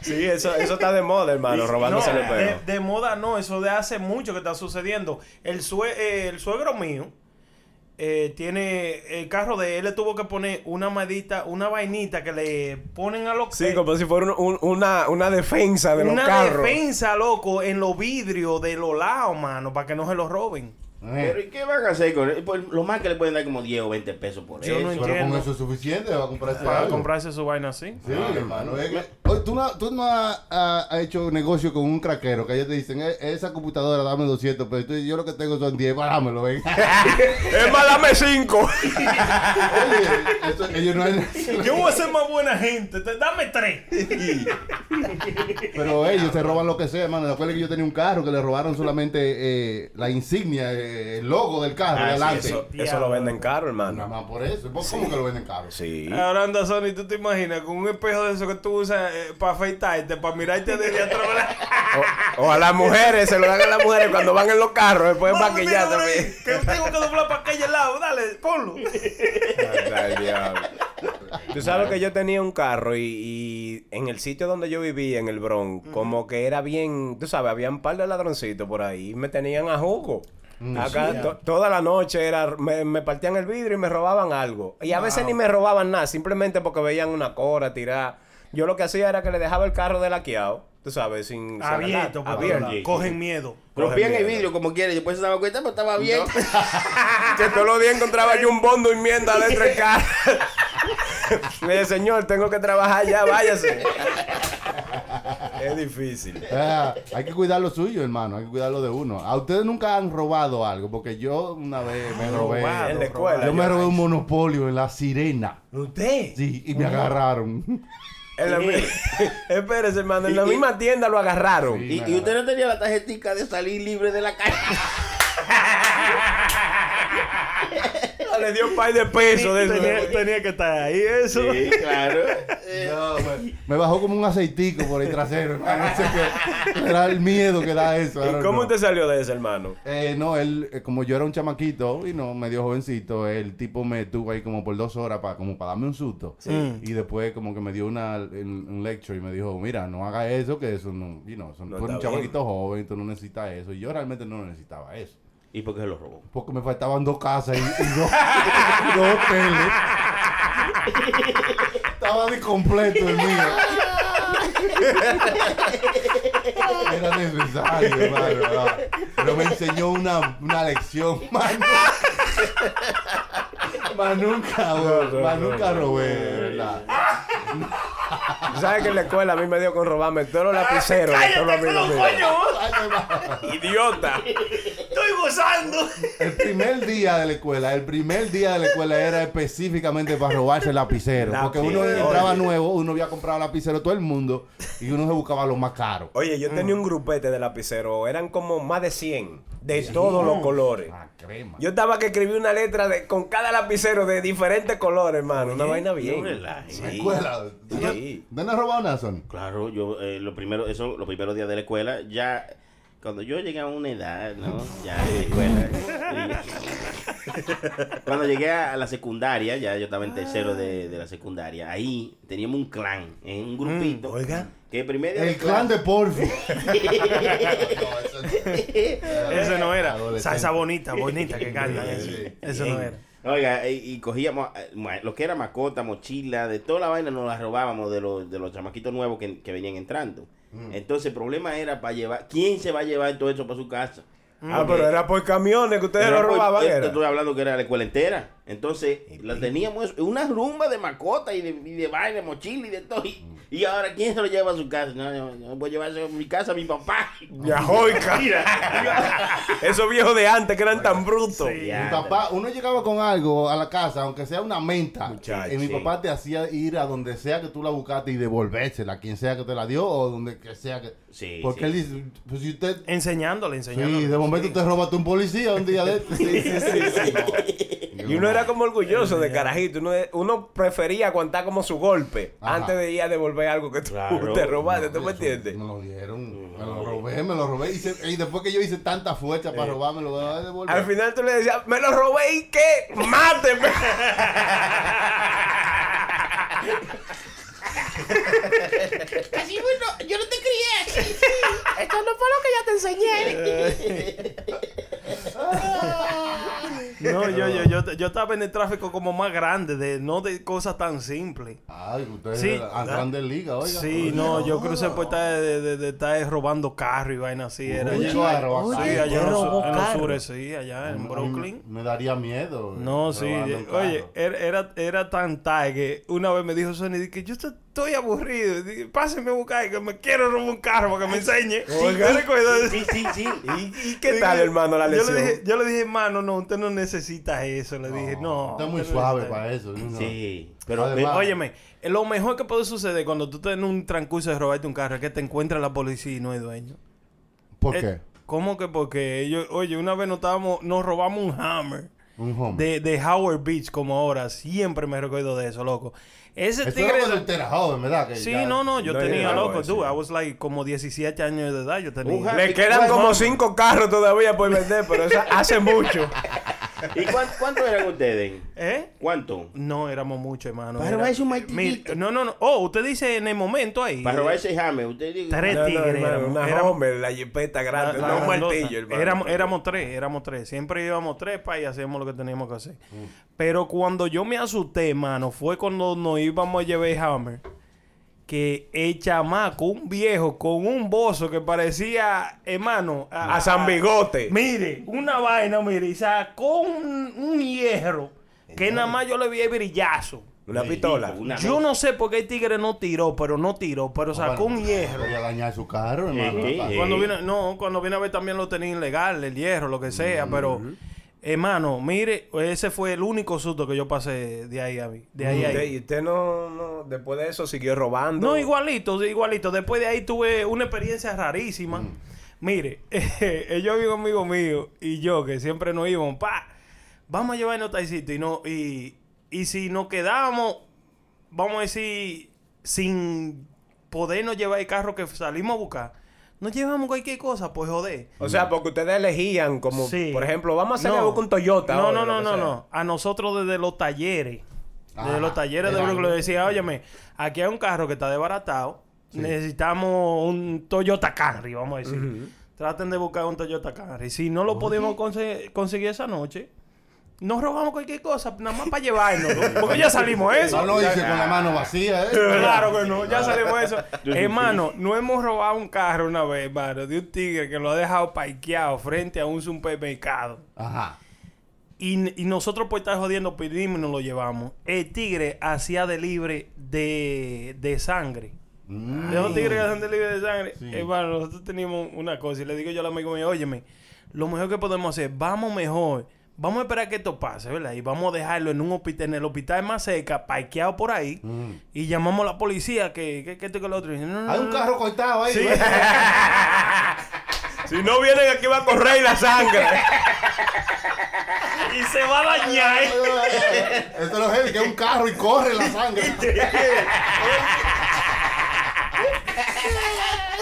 Speaker 5: Sí, eso, eso está de moda, hermano, robándose
Speaker 3: eh,
Speaker 4: No, eh,
Speaker 5: el espejo.
Speaker 4: De, de moda no, eso de hace mucho que está sucediendo. El, sue- eh, el suegro mío eh, tiene el carro de él, le tuvo que poner una madita, una vainita que le ponen a los
Speaker 5: Sí,
Speaker 4: eh,
Speaker 5: como si fuera un- un- una, una defensa de los
Speaker 4: una
Speaker 5: carros.
Speaker 4: defensa, loco, en los vidrios de los lados, mano, para que no se los roben.
Speaker 3: Pero
Speaker 6: Eh,
Speaker 3: ¿y qué van a hacer con él? Pues, lo más que le pueden dar como 10 o 20 pesos por
Speaker 4: Yo
Speaker 3: eso.
Speaker 4: no
Speaker 6: Pero con
Speaker 4: entiendo.
Speaker 6: eso es suficiente, va a comprar este
Speaker 4: Para
Speaker 6: algo.
Speaker 4: comprarse su vaina así.
Speaker 6: Sí, hermano. es que- Oye, tú no, tú no has ha- ha hecho negocio con un craquero que ellos te dicen, "Eh, esa computadora dame 200 pero tú dices, yo lo que tengo son 10, dámelo, ven. <laughs>
Speaker 5: Es más, dame <laughs> cinco.
Speaker 6: Oye, eso- ellos no han-
Speaker 4: Yo voy a ser más buena gente. te- Dame tres.
Speaker 6: pero eh, ellos se roban lo que sea, hermano. Recuerden que yo tenía un carro que le robaron solamente eh, la insignia, eh, el logo del carro, de
Speaker 3: Ah, sí,
Speaker 6: adelante.
Speaker 5: Eso, eso
Speaker 4: Diablo.
Speaker 5: lo venden caro,
Speaker 6: Nada
Speaker 5: hermano.
Speaker 6: más por eso. ¿Cómo que lo venden caro?
Speaker 5: Sí.
Speaker 4: <laughs> Hablando, Sony, ¿tú te imaginas con un espejo de eso que tú usas para afeitarte, para mirarte desde atrás? <laughs>
Speaker 5: O, o a las mujeres, se lo dan a las mujeres cuando van en los carros, después
Speaker 4: Vamos,
Speaker 5: maquillar
Speaker 4: mira, por ahí,
Speaker 5: también.
Speaker 4: <laughs> Que tengo que doblar para aquel lado, dale, ponlo.
Speaker 5: Anda, el diablo. Tú sabes que yo tenía un carro y, y en el sitio donde yo vivía, en el Bronx, como que era bien, tú sabes, había un par de ladroncitos por ahí y me tenían a jugo. Acá to- toda la noche era me, me partían el vidrio y me robaban algo. Y a veces ni me robaban nada, simplemente porque veían una cora tirada. Yo lo que hacía era que le dejaba el carro de laqueado, tú sabes, sin... sin
Speaker 4: Abierto,
Speaker 5: alar-
Speaker 4: porque
Speaker 5: abierto.
Speaker 4: cogen miedo.
Speaker 3: Rompían el
Speaker 5: miedo.
Speaker 3: vidrio como quiera y después se daba cuenta, pero estaba bien.
Speaker 5: Que todos los días encontraba yo un bondo enmienda dentro del
Speaker 6: <laughs>
Speaker 5: carro. Me dice, señor, tengo que trabajar ya, váyase. es difícil.
Speaker 6: Ah, hay que cuidar lo suyo, hermano. Hay que cuidar lo de uno. A ustedes nunca han robado algo, porque yo una vez me robé.
Speaker 4: Robado,
Speaker 5: En la escuela.
Speaker 6: Yo me robé un monopolio en la sirena.
Speaker 5: ¿Usted?
Speaker 6: Sí, y me agarraron.
Speaker 5: En la mi- <laughs> Espérese, hermano. En la misma tienda lo agarraron.
Speaker 3: <laughs> Y, y usted no tenía la tarjetita de salir libre de la
Speaker 4: <laughs>
Speaker 3: calle.
Speaker 5: Le dio un par de pesos de
Speaker 4: Tenía,
Speaker 5: eso.
Speaker 4: tenía que estar ahí, eso.
Speaker 3: Sí, <laughs> claro. Eh.
Speaker 6: No, me, me bajó como un aceitico por el trasero, hermano. No sé qué. Era el miedo que da eso.
Speaker 5: ¿Y
Speaker 6: ahora
Speaker 5: cómo
Speaker 6: no.
Speaker 5: usted salió de ese, hermano?
Speaker 6: Eh, no, él, eh, como yo era un chamaquito y no medio jovencito, el tipo me tuvo ahí como por dos horas para como para darme un susto. Y después como que me dio una en- un lecture y me dijo, mira, no hagas eso, que eso no, you know, eso-
Speaker 5: No
Speaker 6: tú
Speaker 5: está
Speaker 6: eres un
Speaker 5: bien.
Speaker 6: chamaquito joven, tú no necesitas eso. Y yo realmente no necesitaba eso.
Speaker 3: ¿Y por qué se lo robó?
Speaker 6: Porque me faltaban dos casas y, y dos, <laughs> y dos hoteles. Estaba de completo el mío. Era necesario, hermano. ¿verdad? Pero me enseñó una, una lección, <laughs> mano. Más nunca, más nunca robé, de ¿verdad?
Speaker 5: Tú ¿Sabes que en la escuela a mí me dio con robarme todos los lapiceros? de todos los amigos míos. ¡Idiota!
Speaker 4: ¡Estoy gozando!
Speaker 6: El primer día de la escuela, el primer día de la escuela era específicamente para robarse el lapicero. Porque uno
Speaker 5: Lapicero.
Speaker 6: entraba nuevo, uno había comprado lapicero todo el mundo y uno se buscaba lo más caro.
Speaker 5: Oye, yo
Speaker 6: Mm.
Speaker 5: tenía un grupete de lapiceros. Eran como más de 100. De todos los colores.
Speaker 6: La crema.
Speaker 5: Yo estaba que escribí una letra de, con cada lapicero de diferentes colores, hermano. Una vaina bien.
Speaker 3: no relajes.
Speaker 5: Sí.
Speaker 6: La escuela. ¿Tú
Speaker 5: Sí.
Speaker 6: no- ¿No has robado nada, Sony?
Speaker 3: Claro, yo, eh, lo primero, eso, los primeros días de la escuela, ya, cuando yo llegué a una edad, ¿no? Ya en la escuela. eh, cuando llegué a la secundaria, ya yo estaba en tercero de, de la secundaria, ahí teníamos un clan, en un grupito.
Speaker 4: oiga.
Speaker 3: Que primer día de
Speaker 6: El clan de Porfi.
Speaker 5: <laughs>
Speaker 4: Ese no era.
Speaker 6: Adolescente.
Speaker 4: Salsa bonita, bonita que cantan. Eso,
Speaker 6: Sí.
Speaker 4: Eso no era.
Speaker 3: <laughs> Oiga, y, y cogíamos eh, ma- lo que era mascota, mochila, de toda la vaina nos la robábamos de los, de los chamaquitos nuevos que, que venían entrando. Entonces el problema era para llevar, ¿quién se va a llevar todo eso para su casa?
Speaker 5: Ah,
Speaker 4: Mm.
Speaker 5: pero era por camiones que ustedes lo
Speaker 3: Era por- este
Speaker 5: robaban.
Speaker 3: yo te
Speaker 5: era.
Speaker 3: estoy hablando que era la escuela entera. Entonces, la teníamos eso, una rumba de mascota y de, y de vaina, mochila y de todo. Y, y ahora, ¿quién se lo lleva a su casa? No, yo, yo voy a llevar eso a mi casa a mi papá.
Speaker 5: Ya, joica.
Speaker 3: <laughs>
Speaker 5: Esos viejos de antes que eran tan brutos.
Speaker 3: Ya,
Speaker 6: Mi papá, uno llegaba con algo a la casa, aunque sea una menta.
Speaker 5: Muchacho.
Speaker 6: y mi
Speaker 3: Sí.
Speaker 6: papá te hacía ir a donde sea que tú la buscaste y devolvérsela, a quien sea que te la dio o donde que sea que.
Speaker 3: Sí,
Speaker 6: Porque
Speaker 3: sí.
Speaker 6: él dice, pues si usted.
Speaker 4: Enseñándole,
Speaker 6: Sí,
Speaker 4: enseñándole.
Speaker 6: de momento te robaste un policía un día de estos. Sí, sí, sí. sí.
Speaker 5: Y uno era como orgulloso de carajito. Uno, uno prefería aguantar como su golpe
Speaker 6: Ajá.
Speaker 5: antes de ir a devolver algo que tú
Speaker 3: Claro.
Speaker 5: <laughs> te robaste. ¿Tú me entiendes?
Speaker 6: Me lo dieron, me lo robé, me lo robé. Y, se- y después que yo hice tanta fuerza para robarme, lo voy a devolver.
Speaker 5: Al final tú le decías, me lo robé y
Speaker 3: <laughs>
Speaker 5: qué, máteme.
Speaker 7: Así bueno, yo no te crié. Sí, sí. Esto no fue lo que yo te enseñé.
Speaker 4: No, yo, yo, yo, yo estaba en el tráfico como más grande, de, no de cosas tan simples.
Speaker 6: Ay, ustedes
Speaker 4: Sí,
Speaker 6: a
Speaker 4: ¿verdad?
Speaker 6: grandes ligas, oiga.
Speaker 4: Sí, no, yo crucé por estar de, de- de estar robando carro y vaina así. Era
Speaker 6: Mucho
Speaker 4: allá,
Speaker 6: arroz.
Speaker 4: Sí,
Speaker 6: Ay,
Speaker 4: allá en, los,
Speaker 5: robó
Speaker 4: en los
Speaker 5: carro.
Speaker 4: sures, sí, allá
Speaker 6: Mm.
Speaker 4: en Brooklyn.
Speaker 6: Me daría miedo. eh,
Speaker 4: No, sí.
Speaker 6: robando
Speaker 4: de-
Speaker 6: un carro.
Speaker 4: oye, era, era, era tan tal que una vez me dijo Sony, di que yo estoy- estoy aburrido. di, Pásenme a buscar, que me quiero robar un carro para que me enseñe. ¿Te recuerdas?
Speaker 3: Sí, sí, sí.
Speaker 5: ¿Y, y
Speaker 4: <laughs>
Speaker 5: qué tal, hermano, la
Speaker 4: Yo
Speaker 5: lección?
Speaker 4: le, dije, yo le dije, hermano, no, usted no necesita eso. Le dije, no.
Speaker 6: Está muy
Speaker 4: usted no
Speaker 6: suave
Speaker 4: necesita
Speaker 6: para eso. ¿no?
Speaker 3: Sí, pero
Speaker 6: Además-
Speaker 4: Óyeme, eh, lo mejor que puede suceder cuando tú estás en un transcurso de robarte un carro es que te encuentra la policía y no es dueño.
Speaker 6: ¿Por
Speaker 4: Eh,
Speaker 6: qué?
Speaker 4: ¿Cómo que porque ellos, oye, una vez nos, estábamos- nos robamos un hammer
Speaker 6: Un hombre.
Speaker 4: de, de Howard Beach como ahora, siempre me recuerdo de eso, loco. Ese
Speaker 6: Eso era
Speaker 4: tigre
Speaker 6: cuando usted era joven, ¿verdad? Que
Speaker 4: Sí,
Speaker 6: ya-
Speaker 4: no, no, yo
Speaker 5: No
Speaker 4: tenía,
Speaker 5: llegaba
Speaker 4: loco,
Speaker 5: a ese.
Speaker 4: tú, I was like como 17 años de edad, yo tenía.
Speaker 3: Un hammer.
Speaker 4: <laughs>
Speaker 5: Le quedan como cinco carros todavía por vender, pero eso hace mucho.
Speaker 3: ¿Y cuán- cuánto eran ustedes?
Speaker 4: ¿Eh?
Speaker 3: ¿Cuánto?
Speaker 4: No, éramos muchos, hermano.
Speaker 3: Para
Speaker 4: Era-
Speaker 3: robarse un martillito.
Speaker 4: Mil- No, no, no. Oh, usted dice en el momento ahí. eh,
Speaker 3: Para robarse jame, usted dijo.
Speaker 4: Tres tigres. éramos.
Speaker 5: Una
Speaker 4: Éramos-
Speaker 5: hombre, la jipeta grande,
Speaker 4: La-
Speaker 5: no
Speaker 4: la
Speaker 5: un
Speaker 4: grandota.
Speaker 5: martillo, hermano.
Speaker 4: Éramos, éramos tres, éramos tres. Siempre íbamos tres pa, y hacíamos lo que teníamos que hacer. Pero cuando yo me asusté, mano, fue cuando nos íbamos a llevar Hammer. Que el chamaco, un viejo con un bozo que parecía, hermano,
Speaker 5: A San Bigote.
Speaker 4: Mire, una vaina, mire, y sacó un, un hierro que nada más yo le vi el brillazo.
Speaker 5: Una pistola.
Speaker 3: Una
Speaker 4: Yo no sé por qué el tigre no tiró, pero no tiró, pero sacó un hierro.
Speaker 6: Voy a dañar su carro, hermano.
Speaker 3: Eh,
Speaker 6: papá.
Speaker 3: eh,
Speaker 4: Cuando viene, no, cuando viene a ver también lo tenía ilegal, el hierro, lo que sea, pero hermano, mire, ese fue el único susto que yo pasé de ahí a mí, de ahí a
Speaker 5: Usted-
Speaker 4: ahí.
Speaker 5: Y usted no, no, después de eso siguió robando.
Speaker 4: No, igualito, sí, igualito. Después de ahí tuve una experiencia rarísima. Mire, <laughs> eh, ellos vi conmigo mío y yo, que siempre nos íbamos, pa, vamos a llevarnos taxito y no, y, y si nos quedábamos, vamos a decir, sin podernos llevar el carro que salimos a buscar, nos llevamos cualquier cosa, pues joder.
Speaker 5: O sea, porque ustedes elegían como,
Speaker 4: Sí.
Speaker 5: por ejemplo, vamos a hacer
Speaker 4: No.
Speaker 5: algo con Toyota.
Speaker 4: No,
Speaker 5: hoy,
Speaker 4: no,
Speaker 5: o
Speaker 4: no,
Speaker 5: lo
Speaker 4: no,
Speaker 5: que sea.
Speaker 4: no. A nosotros desde los talleres.
Speaker 6: Ah,
Speaker 4: desde los talleres de Brooklyn le decía, óyeme, aquí hay un carro que está desbaratado. Necesitamos un Toyota Camry, vamos a decir. Traten de buscar un Toyota Camry. Si no lo podemos conse- conseguir esa noche, nos robamos cualquier cosa, nada más para
Speaker 5: <laughs>
Speaker 4: llevarnos. ¿no? Porque ya salimos eso.
Speaker 6: No lo hice con la mano vacía, ¿eh?
Speaker 4: <laughs> Claro que no,
Speaker 5: Ah.
Speaker 4: ya salimos
Speaker 5: <laughs>
Speaker 4: eso. hermano, no hemos robado un carro una vez, hermano, de un tigre que lo ha dejado parqueado frente a un supermercado.
Speaker 6: Ajá.
Speaker 4: Y, y nosotros por estar jodiendo pedimos y nos lo llevamos. El tigre hacía delivery de, de sangre.
Speaker 6: Mm.
Speaker 4: De un tigre que hacían delivery de sangre.
Speaker 6: Sí.
Speaker 4: Hermano, nosotros teníamos una cosa. Y le digo yo al amigo mío, óyeme, lo mejor que podemos hacer, vamos mejor. Vamos a esperar que esto pase, ¿verdad? Y vamos a dejarlo en un hospital, en el hospital más cerca, parqueado por ahí. Y llamamos a la policía que, que, que esto y que lo otro. Y dicen, no, no,
Speaker 6: Mm. Hay un
Speaker 4: no,
Speaker 6: carro cortado ahí.
Speaker 4: Sí.
Speaker 6: ¿eh?
Speaker 5: <laughs> Si no vienen aquí va a correr la sangre.
Speaker 4: <laughs> Y se va a dañar. ¿eh?
Speaker 6: <laughs> Esto es lo heavy, que es un carro y corre la
Speaker 4: <laughs>
Speaker 6: sangre.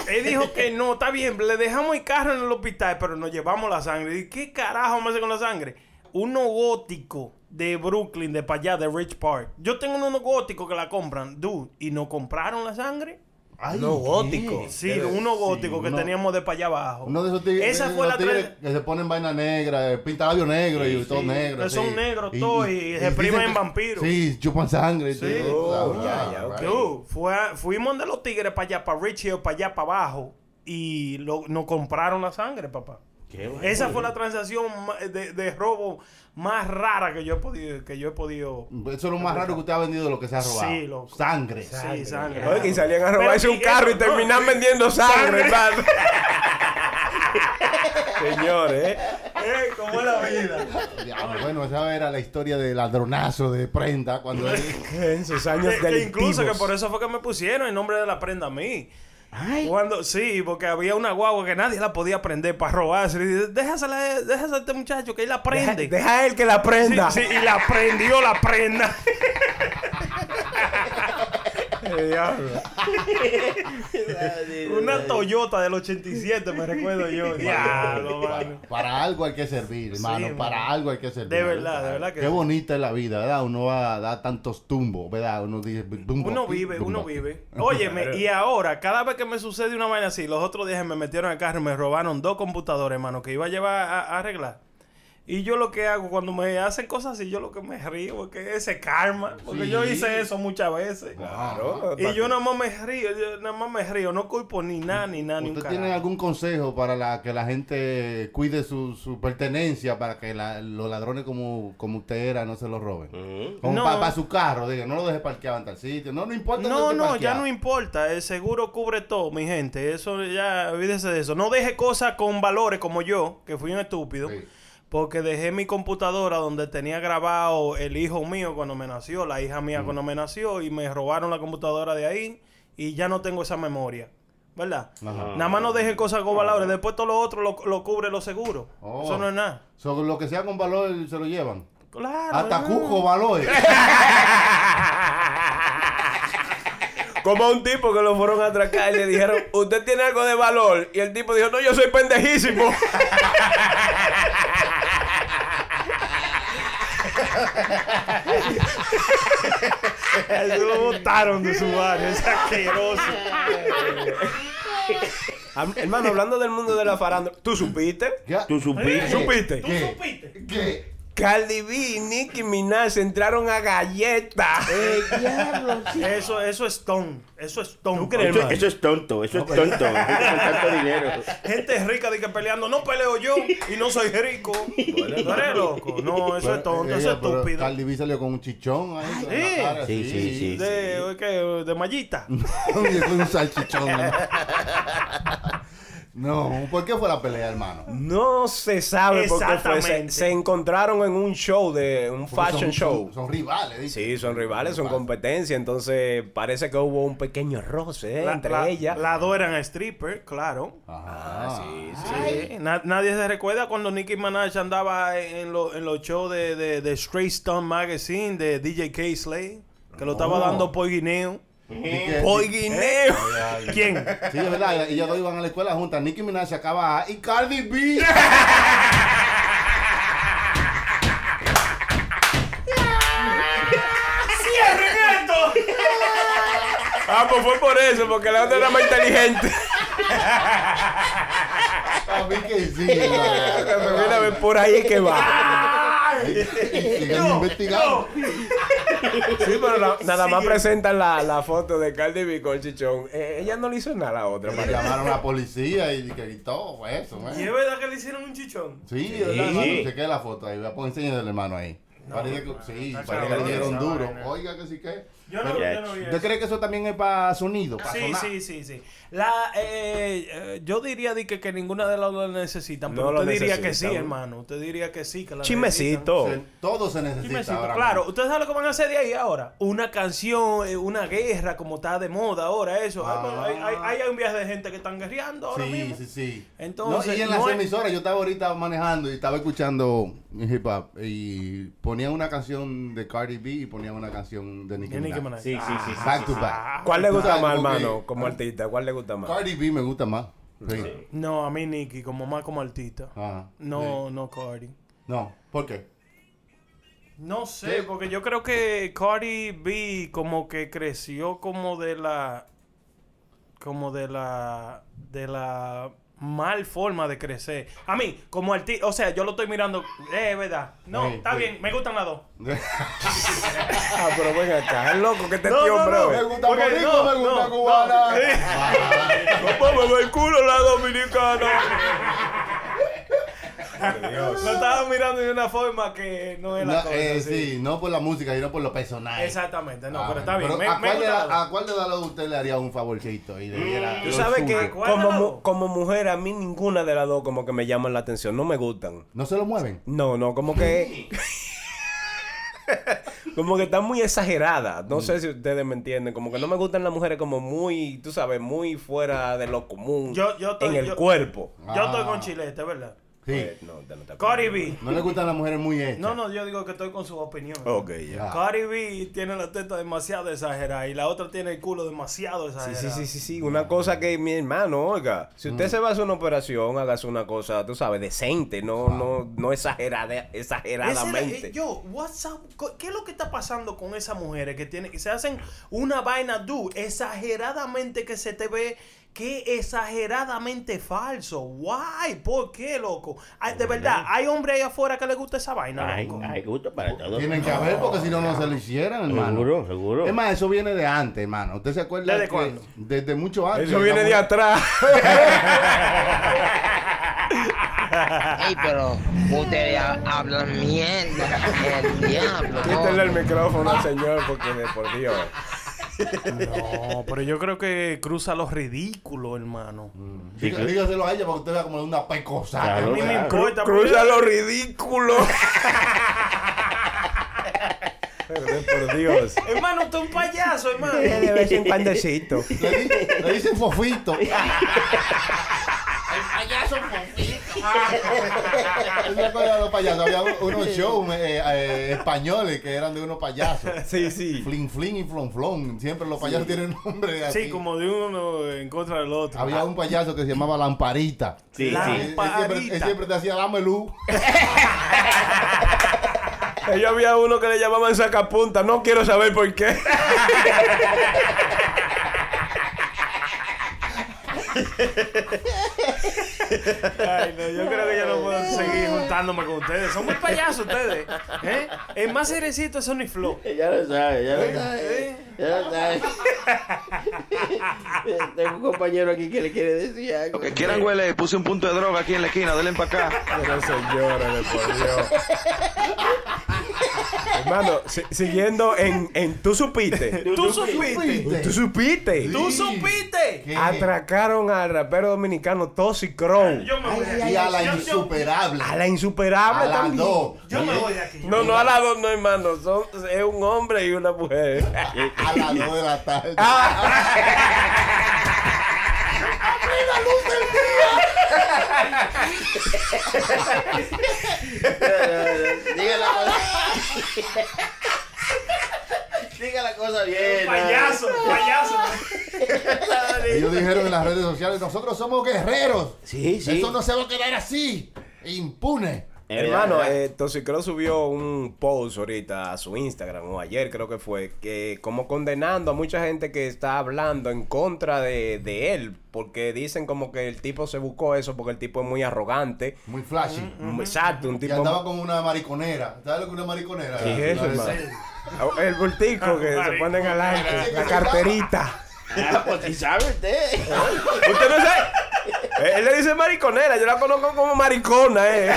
Speaker 4: Él dijo que no, está bien, le dejamos el carro en el hospital, pero nos llevamos la sangre. ¿Y qué carajo vamos a hacer con la sangre? Uno gótico de Brooklyn, de para allá, de Rich Park. Yo tengo unos góticos que la compran, dude, y no compraron la sangre.
Speaker 6: Ay,
Speaker 5: No,
Speaker 6: ¿qué?
Speaker 5: gótico.
Speaker 4: Sí, uno gótico que
Speaker 6: Eh, uno-
Speaker 4: teníamos de para allá abajo.
Speaker 6: Uno de esos tigres,
Speaker 4: Esa
Speaker 6: de
Speaker 4: fue la
Speaker 6: esos tigres
Speaker 4: tra-
Speaker 6: que se ponen vaina negra, eh, pinta labio negro y todo negro.
Speaker 4: que son
Speaker 6: sí.
Speaker 4: negros todos y se
Speaker 6: dicen
Speaker 4: priman
Speaker 6: que-
Speaker 4: en vampiros.
Speaker 6: Sí, chupan sangre. Sí.
Speaker 5: Oh, ya, ya, ok.
Speaker 4: Dude, fue a- fuimos de los tigres para allá, para Rich Hill, para allá, para abajo, y lo, nos compraron la sangre, papá.
Speaker 3: Qué bueno.
Speaker 4: Esa fue la transacción ma- de, de robo más rara que yo he podido. Que yo he podido
Speaker 6: Eso es lo más raro que usted ha vendido de lo que se ha robado.
Speaker 4: Sí, loco.
Speaker 6: Sangre.
Speaker 4: sí, sangre.
Speaker 5: Oye, y salían a robarse
Speaker 4: Pero
Speaker 5: un
Speaker 4: sí,
Speaker 5: carro y
Speaker 4: eso, no,
Speaker 5: terminan
Speaker 4: sí.
Speaker 5: vendiendo sangre,
Speaker 4: <laughs>
Speaker 5: hermano. Señores, ¿eh?
Speaker 4: Eh, ¿Cómo es la vida?
Speaker 6: Diablo, bueno, esa era la historia del ladronazo de prenda cuando él-
Speaker 4: <laughs>
Speaker 5: en sus años
Speaker 4: Que- que
Speaker 5: delictivos.
Speaker 4: incluso que por eso fue que me pusieron el nombre de la prenda a mí. Cuando, sí, porque había una guagua que nadie la podía prender para robarse. Y dice, déjasela, déjasela a este muchacho que él la
Speaker 5: Deja,
Speaker 4: prende.
Speaker 5: deja él que la prenda.
Speaker 4: Sí, sí, y la prendió la prenda.
Speaker 5: <laughs>
Speaker 4: <laughs>
Speaker 5: Eh, diablo.
Speaker 4: Una Toyota del 87, me recuerdo
Speaker 5: <laughs>
Speaker 4: yo. Diablo, mano.
Speaker 6: Para algo hay que servir, hermano.
Speaker 4: hermano.
Speaker 6: para algo hay que servir.
Speaker 4: De verdad, de verdad que
Speaker 6: Qué
Speaker 4: sí.
Speaker 6: bonita es la vida, ¿verdad? Uno va a dar tantos tumbos, ¿verdad? Uno dice. "Tumbo
Speaker 4: Uno
Speaker 6: aquí,
Speaker 4: vive,
Speaker 6: tumbo
Speaker 4: uno
Speaker 6: aquí".
Speaker 4: vive. Óyeme, y ahora, cada vez que me sucede una vaina así, los otros días me metieron al carro y me robaron dos computadores, hermano, que iba a llevar a, a arreglar. Y yo lo que hago cuando me hacen cosas así, yo lo que me río, es que ese karma, porque
Speaker 6: Sí.
Speaker 4: yo hice eso muchas veces.
Speaker 5: Claro.
Speaker 4: Y yo nada más me río, yo nada más me río, no culpo ni nada, ni nada, ni un
Speaker 6: ¿Usted
Speaker 4: carajo.
Speaker 6: tiene algún consejo para la, que la gente cuide su, su pertenencia para que la- los ladrones como, como usted era no se lo roben?
Speaker 3: Ujú.
Speaker 6: Como
Speaker 4: No.
Speaker 6: para su carro, diga, no lo deje parqueado en tal sitio. No, no importa.
Speaker 4: No,
Speaker 6: dónde esté
Speaker 4: no, ya
Speaker 6: parqueado.
Speaker 4: no importa. El seguro cubre todo, mi gente. Eso ya, olvídese de eso. No deje cosas con valores como yo, que fui un estúpido.
Speaker 6: Sí.
Speaker 4: Porque dejé mi computadora donde tenía grabado el hijo mío cuando me nació, la hija
Speaker 6: Mm.
Speaker 4: mía cuando me nació, y me robaron la computadora de ahí y ya no tengo esa memoria. ¿Verdad?
Speaker 6: Ajá.
Speaker 4: Nada más no deje cosas con valores. Después todo lo otro lo, lo cubre los seguros.
Speaker 6: Oh.
Speaker 4: Eso no es nada.
Speaker 6: So, lo que sea con valor se lo llevan.
Speaker 4: Claro.
Speaker 5: Ah,
Speaker 6: Hasta
Speaker 4: no.
Speaker 6: Cuco valor.
Speaker 3: <laughs>
Speaker 5: Como a un tipo que lo fueron a atracar y le dijeron, ¿usted tiene algo de valor? Y el tipo dijo, no, yo soy pendejísimo.
Speaker 4: Eso lo botaron de su barrio, es asqueroso.
Speaker 5: Am- Hermano, hablando del mundo de la farándula, ¿tú supiste?
Speaker 6: Ya.
Speaker 3: Tú supiste.
Speaker 4: ¿Supiste?
Speaker 6: ¿Eh? ¿Qué? ¿Qué?
Speaker 5: Cardi B y Nicki Minaj entraron a galleta.
Speaker 4: Eh, Eso, eso es ton. Eso es ton. ¿Tú
Speaker 3: Eso, eso es tonto, eso es tonto. Gente Con tanto dinero.
Speaker 4: Gente rica de que peleando, no peleo yo y no
Speaker 6: <laughs>
Speaker 4: soy rico. ¿No eres loco? No, eso es tonto, eso es
Speaker 6: Ella, pero
Speaker 4: estúpido.
Speaker 6: Cardi B salió con un chichón ahí. con la
Speaker 4: Sí.
Speaker 6: cara,
Speaker 3: Sí, sí,
Speaker 6: <laughs>
Speaker 3: sí.
Speaker 4: De, ¿qué? de mallita.
Speaker 6: Oye, fue un salchichón. hermano. <laughs> No, ¿por qué fue la pelea, hermano?
Speaker 5: No se sabe por qué fue. Se,
Speaker 4: Exactamente.
Speaker 5: se encontraron en un show de un
Speaker 6: Porque
Speaker 5: fashion
Speaker 6: son,
Speaker 5: show.
Speaker 6: Son, son rivales, dice.
Speaker 5: Sí, son rivales, son
Speaker 6: Pasa.
Speaker 5: competencia. Entonces parece que hubo un pequeño roce eh,
Speaker 4: La-
Speaker 5: entre
Speaker 4: la-
Speaker 5: ellas.
Speaker 4: Las dos eran stripper, claro.
Speaker 6: Ajá. sí,
Speaker 4: Sí, na- nadie se recuerda cuando Nicki Minaj andaba en, lo- en los shows de, de, de Straight Stone Magazine de DJ K-Slay, que lo estaba dando por guineo.
Speaker 5: Hoy
Speaker 4: <laughs>
Speaker 5: Guineo.
Speaker 4: ¿Quién?
Speaker 6: Sí, es verdad. Ellas dos iban a la escuela juntas. Nicki Minaj se acaba A y Cardi B.
Speaker 5: Ah, pues fue por eso, porque la otra era más inteligente.
Speaker 6: A mí que sí.
Speaker 5: Mira, ve, por ahí es que va.
Speaker 6: Sigan investigando.
Speaker 5: Sí, pero la- nada más presentan la, la foto de Cardi B con el chichón. Eh, ella no le hizo nada a la otra.
Speaker 6: Le
Speaker 5: parece.
Speaker 6: llamaron a la policía y, que- y todo fue eso, man. Sí,
Speaker 4: verdad que le hicieron un chichón?
Speaker 6: sí. hermano, chequé la foto ahí. Voy a poner enseñar del hermano ahí. parece que, sí, parece que le
Speaker 4: cabrón
Speaker 6: dieron
Speaker 4: esa
Speaker 6: duro.
Speaker 4: vaina.
Speaker 6: Oiga, que sí que.
Speaker 4: Yo no,
Speaker 3: Pero-
Speaker 4: yo no vi
Speaker 6: ¿Usted
Speaker 4: eso.
Speaker 6: cree que eso también es para sonido? Para
Speaker 4: Sí,
Speaker 6: sonar?
Speaker 4: sí, sí, sí. La, eh, eh, yo diría di que, que ninguna de las dos la necesitan, pero
Speaker 5: No lo
Speaker 4: usted diría que sí,
Speaker 5: necesitan.
Speaker 4: hermano. Usted diría que sí, que la necesitan.
Speaker 5: Chismecito.
Speaker 6: Se- todo se necesita
Speaker 4: Chismecito,
Speaker 6: ahora
Speaker 4: claro.
Speaker 6: mismo.
Speaker 4: ¿Ustedes saben lo que van a hacer de ahí ahora? Una canción, eh, una guerra, como está de moda ahora, eso. Ahí
Speaker 6: Ah.
Speaker 4: Hay, hay- hay un viaje de gente que están guerreando ahora
Speaker 6: Sí,
Speaker 4: mismo.
Speaker 6: sí, sí.
Speaker 4: Entonces,
Speaker 6: No, y en
Speaker 4: no
Speaker 6: las
Speaker 4: es-
Speaker 6: emisoras, yo estaba ahorita manejando y estaba escuchando hip hop y ponían una canción de Cardi B y ponían una canción de Nicki
Speaker 4: De
Speaker 6: Minaj.
Speaker 4: Nicki Minaj. Ah.
Speaker 3: Sí, sí, sí. sí,
Speaker 6: Back
Speaker 3: sí,
Speaker 6: to
Speaker 3: sí.
Speaker 6: back.
Speaker 5: ¿Cuál le gusta
Speaker 6: Ah,
Speaker 5: más,
Speaker 6: ok.
Speaker 5: hermano, como artista? ¿Cuál le gusta más?
Speaker 6: Cardi B me gusta más. Sí.
Speaker 4: No, a mí Nicky, como más como artista.
Speaker 6: Ajá.
Speaker 4: No, no Cardi.
Speaker 6: No, ¿por qué?
Speaker 4: No sé,
Speaker 6: Sí.
Speaker 4: porque yo creo que Cardi B como que creció como de la... Como de la... De la mal forma de crecer. A mí, como artista... O sea, yo lo estoy mirando... Eh, es verdad. No,
Speaker 6: Sí,
Speaker 4: está
Speaker 6: sí.
Speaker 4: bien. Me gustan las dos.
Speaker 3: Pues,
Speaker 5: Ah, pero ven acá, es loco que este
Speaker 4: No,
Speaker 5: tío,
Speaker 4: no,
Speaker 5: bro.
Speaker 6: <laughs> me
Speaker 4: no.
Speaker 6: gusta
Speaker 4: Porque
Speaker 6: Boricua,
Speaker 4: no,
Speaker 6: me gusta
Speaker 4: no,
Speaker 6: cubana.
Speaker 4: <laughs> no.
Speaker 5: Vamos, el culo la dominicana.
Speaker 4: Lo estaba mirando de una forma que no es la
Speaker 6: No,
Speaker 4: cosa.
Speaker 6: eh,
Speaker 4: sí.
Speaker 6: sí. no por la música, sino por los personajes.
Speaker 4: Exactamente, no,
Speaker 6: Ah,
Speaker 4: pero está bien.
Speaker 6: pero
Speaker 4: me,
Speaker 6: ¿a,
Speaker 4: me
Speaker 6: cuál de
Speaker 4: gusta Mm,
Speaker 6: la-
Speaker 4: las dos.
Speaker 6: ¿A cuál de las dos usted le haría un favorcito? Y le diera
Speaker 5: Tú
Speaker 6: lo
Speaker 5: sabes
Speaker 6: suyo?
Speaker 5: que
Speaker 4: ¿Cuál
Speaker 5: como,
Speaker 4: de las
Speaker 5: mu-
Speaker 4: dos?
Speaker 5: como mujer a mí ninguna de las dos como que me llaman la atención, no me gustan.
Speaker 6: ¿No se lo mueven?
Speaker 5: No, no, como que... <laughs> como que están muy exageradas. No
Speaker 4: Mm.
Speaker 5: sé si ustedes me entienden. Como que no me gustan las mujeres como muy, tú sabes, muy fuera de lo común.
Speaker 4: Yo- yo estoy-
Speaker 5: en el
Speaker 4: yo-
Speaker 5: cuerpo.
Speaker 4: Yo estoy con
Speaker 6: Ah.
Speaker 4: Chilete, ¿verdad?
Speaker 6: Sí.
Speaker 5: Eh, no, te- no te-
Speaker 4: Cardi B.
Speaker 6: No le gustan las mujeres muy hechas.
Speaker 4: Pues. No, no, yo digo que estoy con su opinión.
Speaker 5: Ok, ya.
Speaker 6: Ah.
Speaker 4: Cardi B tiene la teta demasiado exagerada y la otra tiene el culo demasiado
Speaker 5: Sí,
Speaker 4: exagerado.
Speaker 5: sí, sí, sí, sí. Una cosa que mi hermano, oiga, si
Speaker 4: Mm.
Speaker 5: usted se va a hacer una operación, hágase una cosa, tú sabes, decente, no, no, no exagerada,
Speaker 4: Ese era-
Speaker 5: exageradamente.
Speaker 4: eh, yo, what's up? co- ¿Qué es lo que está pasando con esas mujeres que tienen, que se hacen una vaina dude, exageradamente que se te ve que exageradamente falso? Why? ¿Por qué, loco? Ay, de verdad, hay hombres ahí afuera que les gusta esa vaina,
Speaker 3: Ay,
Speaker 4: loco.
Speaker 3: ay, gusto para todo.
Speaker 6: Tienen que haber porque si no, no se lo hicieran, hermano.
Speaker 3: Seguro, seguro.
Speaker 6: Es más, eso viene de antes, hermano. ¿Usted se acuerda?
Speaker 4: ¿Desde
Speaker 6: que-
Speaker 4: cuándo?
Speaker 6: Desde mucho antes.
Speaker 5: Eso viene de
Speaker 6: digamos.
Speaker 5: atrás.
Speaker 8: Ey, pero ustedes ha- hablan mierda. El diablo.
Speaker 5: Quítale el
Speaker 8: coño.
Speaker 5: micrófono al señor, porque de por Dios.
Speaker 4: <laughs> No, pero yo creo que cruza los ridículos, hermano.
Speaker 6: Diga- Dígaselo a ella para que usted vea como una pecosa.
Speaker 3: Claro,
Speaker 4: A mí me
Speaker 3: claro.
Speaker 4: importa.
Speaker 5: Cruza lo ridículo. <laughs> Pero de por Dios.
Speaker 4: Hermano, usted es un payaso, <laughs> hermano.
Speaker 5: De vez en cuandecito.
Speaker 6: Le, di- le dicen fofito. <laughs> Yo me acuerdo de los payasos. Había un- unos shows eh, eh, españoles que eran de unos payasos.
Speaker 5: Sí, sí.
Speaker 6: Flin Flin y Flon Flon. Siempre los payasos tienen nombre de así.
Speaker 4: Sí, como de uno en contra del otro.
Speaker 6: Había un payaso que se llamaba Lamparita.
Speaker 3: Sí,
Speaker 4: La-
Speaker 6: Él, él siempre, él
Speaker 4: Lamparita.
Speaker 6: siempre te hacía dame luz.
Speaker 5: Ellos había uno que le llamaban sacapunta. No quiero saber por qué.
Speaker 4: Ay, no, yo creo que yo no puedo seguir juntándome con ustedes. Son muy payasos ustedes. ¿eh? El más cerecito es Sony Flow.
Speaker 3: <laughs> Ya lo sabe, ya lo sabe. Ya lo sabe. <laughs> Tengo un compañero aquí que le quiere decir algo.
Speaker 9: Que quieran huele, puse un punto de droga aquí en la esquina, denle para acá.
Speaker 5: Pero señores, por Dios. Hermano, si- siguiendo en, en Tú supiste.
Speaker 4: Este, Tú
Speaker 10: este.
Speaker 4: supiste.
Speaker 5: Tú supiste.
Speaker 4: Tú supiste.
Speaker 5: Atracaron al rapero dominicano Tosi Crow.
Speaker 4: Yo me voy de aquí.
Speaker 10: Y a la
Speaker 4: Yo- yo-
Speaker 10: insuperable.
Speaker 5: A la insuperable
Speaker 10: A la
Speaker 5: también.
Speaker 10: dos.
Speaker 4: Yo me voy de aquí.
Speaker 5: No, no a las dos, no, hermano. Son, es un hombre y una mujer.
Speaker 10: Eh, A las dos de la tarde.
Speaker 4: Ah.
Speaker 3: Diga la cosa.
Speaker 4: <laughs>
Speaker 3: Diga la cosa bien. ¿no?
Speaker 4: Payaso, payaso.
Speaker 10: Ellos dijeron en las redes sociales, nosotros somos guerreros.
Speaker 3: Sí, sí.
Speaker 10: Eso no se va a quedar así. Impune.
Speaker 3: Es verdad,
Speaker 5: Hermano,
Speaker 3: ¿verdad?
Speaker 5: eh, Toxicrow subió un post ahorita a su Instagram, o ayer creo que fue, que como condenando a mucha gente que está hablando en contra de, de él, porque dicen como que el tipo se buscó eso porque el tipo es muy arrogante.
Speaker 10: Muy flashy.
Speaker 4: Mm,
Speaker 5: Exacto, un
Speaker 10: Y
Speaker 5: tipo...
Speaker 10: andaba con una mariconera. ¿Sabes lo que es una mariconera?
Speaker 5: ¿Qué es eso,
Speaker 10: Una de
Speaker 5: hermano?
Speaker 10: esas-
Speaker 5: O- El bultico que se ponen adelante, la carterita.
Speaker 3: Ah, pues sí sabe usted.
Speaker 5: ¿Usted no sabe? Eh, Él le dice mariconera, yo la conozco como maricona, eh.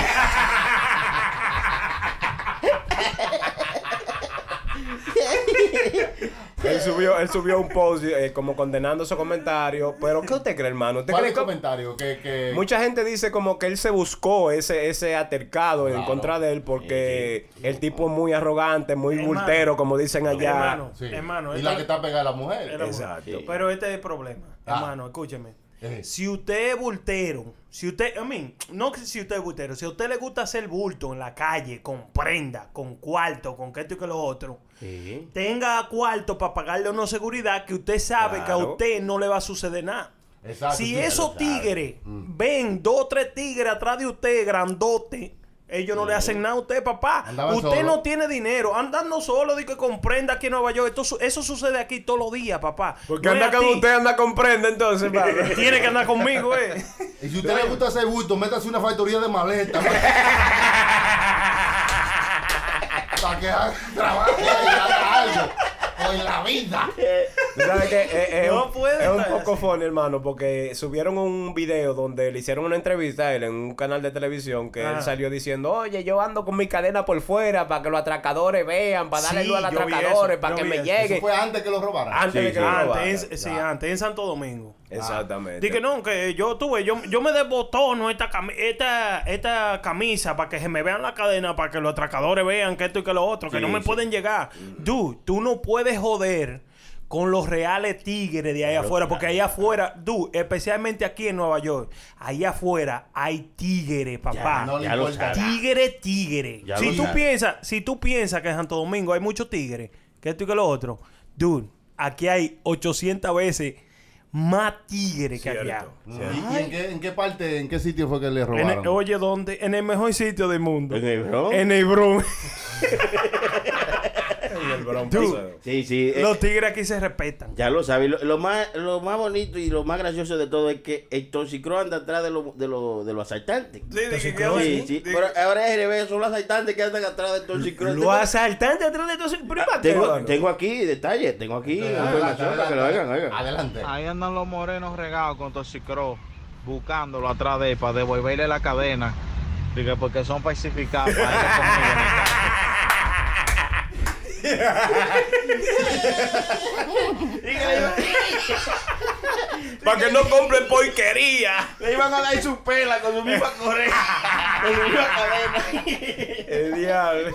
Speaker 5: Él subió, él subió un post eh, como condenando esos comentarios. Pero, ¿qué usted cree, hermano? ¿Usted
Speaker 10: ¿Cuál
Speaker 5: cree
Speaker 10: es el
Speaker 5: que-
Speaker 10: comentario? Que, que...
Speaker 5: Mucha gente dice como que él se buscó ese, ese altercado en contra de él porque el tipo es muy arrogante, muy
Speaker 4: Hermano.
Speaker 5: bultero, como dicen allá.
Speaker 4: Hermano,
Speaker 10: Sí.
Speaker 4: hermano.
Speaker 10: y la
Speaker 4: esta-
Speaker 10: que está pegada a la mujer.
Speaker 4: Era bueno.
Speaker 5: Exacto.
Speaker 4: Pero este es el problema.
Speaker 10: Ah.
Speaker 4: Hermano, escúcheme.
Speaker 10: Eh.
Speaker 4: Si usted es bultero, si usted, a mí, no que si usted es bultero, si a usted le gusta hacer bulto en la calle, con prenda, con cuarto, con que esto y que lo otro, tenga cuarto para pagarle una seguridad que usted sabe que a
Speaker 5: Claro.
Speaker 4: usted no le va a suceder nada.
Speaker 10: eh, Exacto,
Speaker 4: si
Speaker 10: sí,
Speaker 4: esos tigres
Speaker 5: Mm.
Speaker 4: ven dos o tres tigres atrás de usted, grandote, ellos no le hacen nada a usted, papá.
Speaker 10: Andaban
Speaker 4: usted
Speaker 10: solo.
Speaker 4: no tiene dinero. Andando solo, de que comprenda aquí en Nueva York. Esto su- eso sucede aquí todos los días, papá.
Speaker 5: Porque
Speaker 4: No es
Speaker 5: anda
Speaker 4: a
Speaker 5: con
Speaker 4: ti.
Speaker 5: usted, anda con prenda entonces, Pablo.
Speaker 4: <laughs> Tiene que andar conmigo, eh.
Speaker 10: Y si usted le gusta hacer bulto, métase una factoría de maletas.
Speaker 4: <laughs>
Speaker 10: Para que haga- trabaje y haga algo con la vida.
Speaker 5: Tú sabes que es, es
Speaker 4: No
Speaker 5: un-
Speaker 4: puede
Speaker 5: es un
Speaker 4: estar
Speaker 5: poco
Speaker 4: así.
Speaker 5: funny, hermano, porque subieron un video donde le hicieron una entrevista a él en un canal de televisión que él
Speaker 4: Ajá.
Speaker 5: salió diciendo, oye, yo ando con mi cadena por fuera para que los atracadores vean, para darle
Speaker 4: Sí,
Speaker 5: luz a los
Speaker 4: yo vi
Speaker 5: atracadores,
Speaker 4: eso,
Speaker 5: para
Speaker 4: yo
Speaker 5: que
Speaker 4: vi
Speaker 5: me
Speaker 4: eso.
Speaker 10: Eso
Speaker 5: lleguen.
Speaker 10: fue antes que lo robaran.
Speaker 4: Ah,
Speaker 5: Antes de que lo robaran.
Speaker 4: antes, en- sí, antes, en Santo Domingo.
Speaker 5: Exactamente.
Speaker 4: Dije, no, que yo tuve, yo, yo me desbotono esta, cami- esta, esta camisa para que se me vean la cadena, para que los atracadores vean que esto y que lo otro, que no me pueden llegar. Dude, tú no puedes joder con los reales tigres de ahí afuera, porque ahí afuera, dude, especialmente aquí en Nueva York, ahí afuera hay tigres, papá.
Speaker 10: No le
Speaker 3: Ya lo
Speaker 10: importa.
Speaker 3: sabe.
Speaker 4: Tigre, tigre.
Speaker 3: Ya
Speaker 4: si
Speaker 3: lo
Speaker 4: tú
Speaker 3: sabe.
Speaker 4: piensas, si tú piensas que en Santo Domingo hay muchos tigres, que esto y que lo otro, dude, aquí hay 800 veces más tigres que allá.
Speaker 6: Mm.
Speaker 10: ¿Y, y en, qué, en qué parte, en qué sitio fue que le
Speaker 4: En
Speaker 10: robaron?
Speaker 4: el- oye, ¿dónde? En el mejor sitio del mundo.
Speaker 3: ¿En el Bronx?
Speaker 4: En el Bronx.
Speaker 3: <laughs>
Speaker 4: <laughs>
Speaker 5: El bronco
Speaker 4: Dude.
Speaker 3: Sí, sí. eh,
Speaker 4: Los tigres aquí se respetan.
Speaker 3: Ya lo sabe. Lo, lo más, lo más bonito y lo más gracioso de todo es que el Toxicro anda atrás de los de lo, de los asaltantes. Sí, sí. Pero ahora es al revés, son los asaltantes que andan atrás del Toxicro. Este
Speaker 4: Los asaltantes atrás de todos
Speaker 3: Ah, Tengo, tengo aquí detalles, tengo aquí
Speaker 6: Eh, ah,
Speaker 10: Adelante,
Speaker 3: información para que lo hagan,
Speaker 10: adelante.
Speaker 3: oigan.
Speaker 10: Adelante.
Speaker 9: Ahí andan los morenos regados con Toxicro, buscándolo atrás de él para devolverle la cadena. Diga, porque son pacificados. para ir conmigo en el carro.
Speaker 5: Para que no compren porquería.
Speaker 3: Le iban a dar su pela con su misma correa.
Speaker 5: El diablo.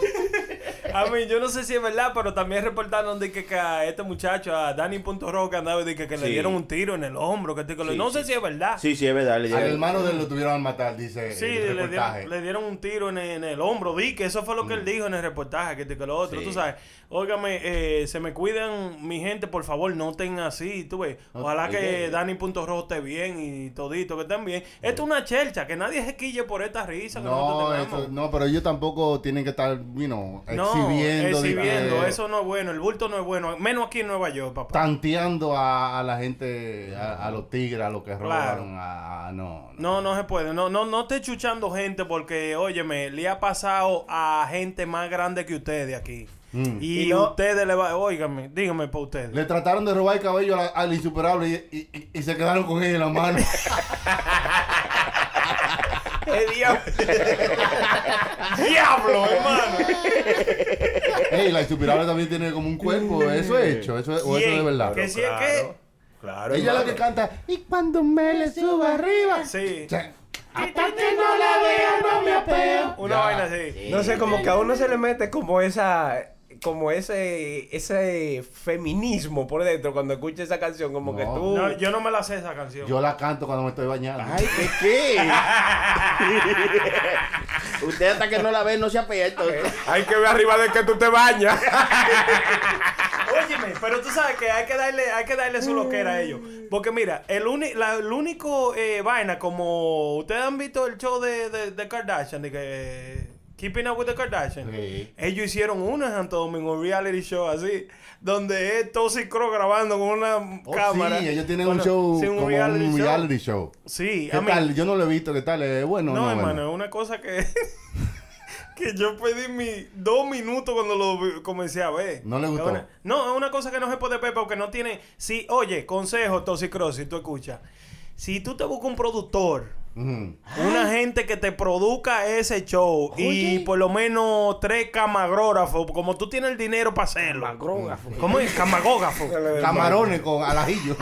Speaker 4: A mí, yo no sé si es verdad, pero también reportaron de que, que a este muchacho, a Dani Punto Roca, andaba de que, que le
Speaker 3: Sí.
Speaker 4: dieron un tiro en el hombro. Que este- que lo-
Speaker 3: Sí,
Speaker 4: no sé
Speaker 3: sí.
Speaker 4: si es verdad.
Speaker 3: Sí, sí, es verdad. Le
Speaker 6: <laughs> Al
Speaker 3: dieron-
Speaker 6: hermano de él lo tuvieron a matar, dice
Speaker 4: Sí,
Speaker 6: el
Speaker 4: le
Speaker 6: reportaje.
Speaker 4: dieron, le dieron un tiro en, en el hombro. Di que eso fue lo que él dijo en el reportaje, que, te- que lo otro.
Speaker 3: Mm. Sí.
Speaker 4: Tú sabes, óigame, eh, se me cuidan mi gente, por favor, no estén así, tú ves. Ojalá que Dani Punto Rojo esté bien y todito que estén bien. Esto es una chelcha, que nadie se quille por esta risa que
Speaker 6: No,
Speaker 4: nosotros
Speaker 6: eso-
Speaker 4: tenemos.
Speaker 6: no, pero ellos tampoco tienen que estar, you know,
Speaker 4: No,
Speaker 6: exhibiendo, de
Speaker 4: exhibiendo,
Speaker 6: que-
Speaker 4: eso no es bueno, el bulto no es bueno, menos aquí en Nueva York, papá.
Speaker 6: tanteando a, a la gente, a, a los tigres, a los que robaron, a, a- no, no.
Speaker 4: No, no se puede. No, no, no esté chuchando gente porque, óyeme, le ha pasado a gente más grande que ustedes aquí.
Speaker 6: Mm.
Speaker 4: Y,
Speaker 5: Y no-
Speaker 4: ustedes le va... Óigame, dígame para ustedes.
Speaker 6: Le trataron de robar el cabello a la- al insuperable y, y- y- y se quedaron con él en la
Speaker 4: <laughs>
Speaker 6: mano.
Speaker 4: <laughs> ¡Diablo, hermano!
Speaker 6: Ey, la insuperable también tiene como un cuerpo, eso es hecho, eso es, o eso es de verdad.
Speaker 4: Que si es que...
Speaker 5: Claro,
Speaker 6: Ella es la
Speaker 5: hermano.
Speaker 6: que canta, y cuando me le suba arriba.
Speaker 4: Sí.
Speaker 6: Hasta que no la vea, no me apeo.
Speaker 4: Una vaina así.
Speaker 5: No sé, como que a uno se le mete como esa como ese ese feminismo por dentro cuando escucha esa canción como que
Speaker 6: No.
Speaker 5: tú
Speaker 4: No, yo no me la sé esa canción.
Speaker 6: Yo la canto cuando me estoy bañando.
Speaker 3: ¿Qué? ¿Qué? Usted hasta que no la ve no se apea entonces.
Speaker 5: hay que ver arriba de que tú te bañas.
Speaker 4: Óyeme, pero tú sabes que hay que darle, hay que darle su loquera a ellos. Porque mira, el, uni- la, el único eh, vaina, como ustedes han visto el show de, de, de Kardashian, de que eh, Keeping Up with the Kardashian,
Speaker 6: Sí.
Speaker 4: ellos hicieron uno en Santo Domingo, un reality show así, donde es Toxic Crow grabando con una
Speaker 6: <laughs> Oh,
Speaker 4: cámara.
Speaker 6: sí, ellos tienen
Speaker 4: Bueno,
Speaker 6: un show
Speaker 4: sí,
Speaker 6: como un reality, show.
Speaker 4: Sí,
Speaker 6: ¿Qué
Speaker 4: a mí-
Speaker 6: tal? Yo no lo he visto, ¿qué tal? ¿Es bueno o
Speaker 4: No,
Speaker 6: no? es bueno?
Speaker 4: hermano, es una cosa que, <laughs> que yo pedí mi dos minutos cuando lo vi- comencé a ver.
Speaker 6: ¿No le gustó?
Speaker 4: Es una- no, es una cosa que no se puede ver porque no tiene... Si, oye, consejo, Toxicross, si tú escuchas. Si tú te buscas un productor,
Speaker 6: Ujú.
Speaker 4: una gente que te produzca ese show y por lo menos tres camarógrafos, como tú tienes el dinero para hacerlo. ¿Cómo es?
Speaker 5: <laughs>
Speaker 4: Camagógrafo.
Speaker 6: Camarones con
Speaker 4: <laughs>
Speaker 6: alajillo.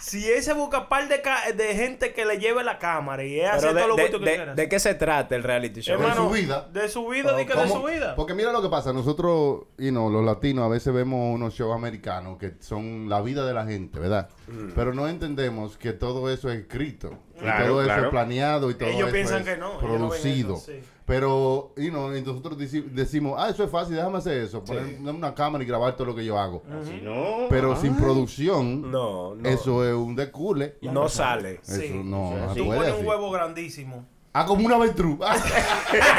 Speaker 4: si ese busca par de, ca- de gente que le lleve la cámara y es
Speaker 5: Pero
Speaker 4: hacer
Speaker 5: de,
Speaker 4: todo lo
Speaker 5: de-
Speaker 4: gusto que
Speaker 5: de-
Speaker 4: quieras.
Speaker 5: ¿de qué se trata el reality show?
Speaker 6: Hermano, su vida.
Speaker 4: De su vida, di que de
Speaker 6: ¿Cómo?
Speaker 4: su vida.
Speaker 6: Porque mira lo que pasa, nosotros, y no, los latinos a veces vemos unos shows americanos que son la vida de la gente, ¿verdad?
Speaker 5: Mm.
Speaker 6: Pero no entendemos que todo eso es escrito, y
Speaker 3: Claro,
Speaker 6: todo eso
Speaker 3: claro.
Speaker 6: es planeado y todo
Speaker 4: Ellos
Speaker 6: eso
Speaker 4: piensan
Speaker 6: es
Speaker 4: que no, ellos no ven
Speaker 6: producido.
Speaker 4: eso, sí.
Speaker 6: Pero, y no, y nosotros deci- decimos, ah, eso es fácil, déjame hacer eso, poner una cámara y grabar todo lo que yo hago.
Speaker 3: Si no.
Speaker 6: Pero sin producción,
Speaker 5: Ah, No, no.
Speaker 6: eso es un descule.
Speaker 5: no sale.
Speaker 6: Eso no,
Speaker 3: Eso es
Speaker 6: no se
Speaker 3: así.
Speaker 4: Tú
Speaker 6: puede
Speaker 4: pones
Speaker 6: así.
Speaker 4: un huevo grandísimo.
Speaker 6: Ah, como una avestruz.
Speaker 4: <laughs>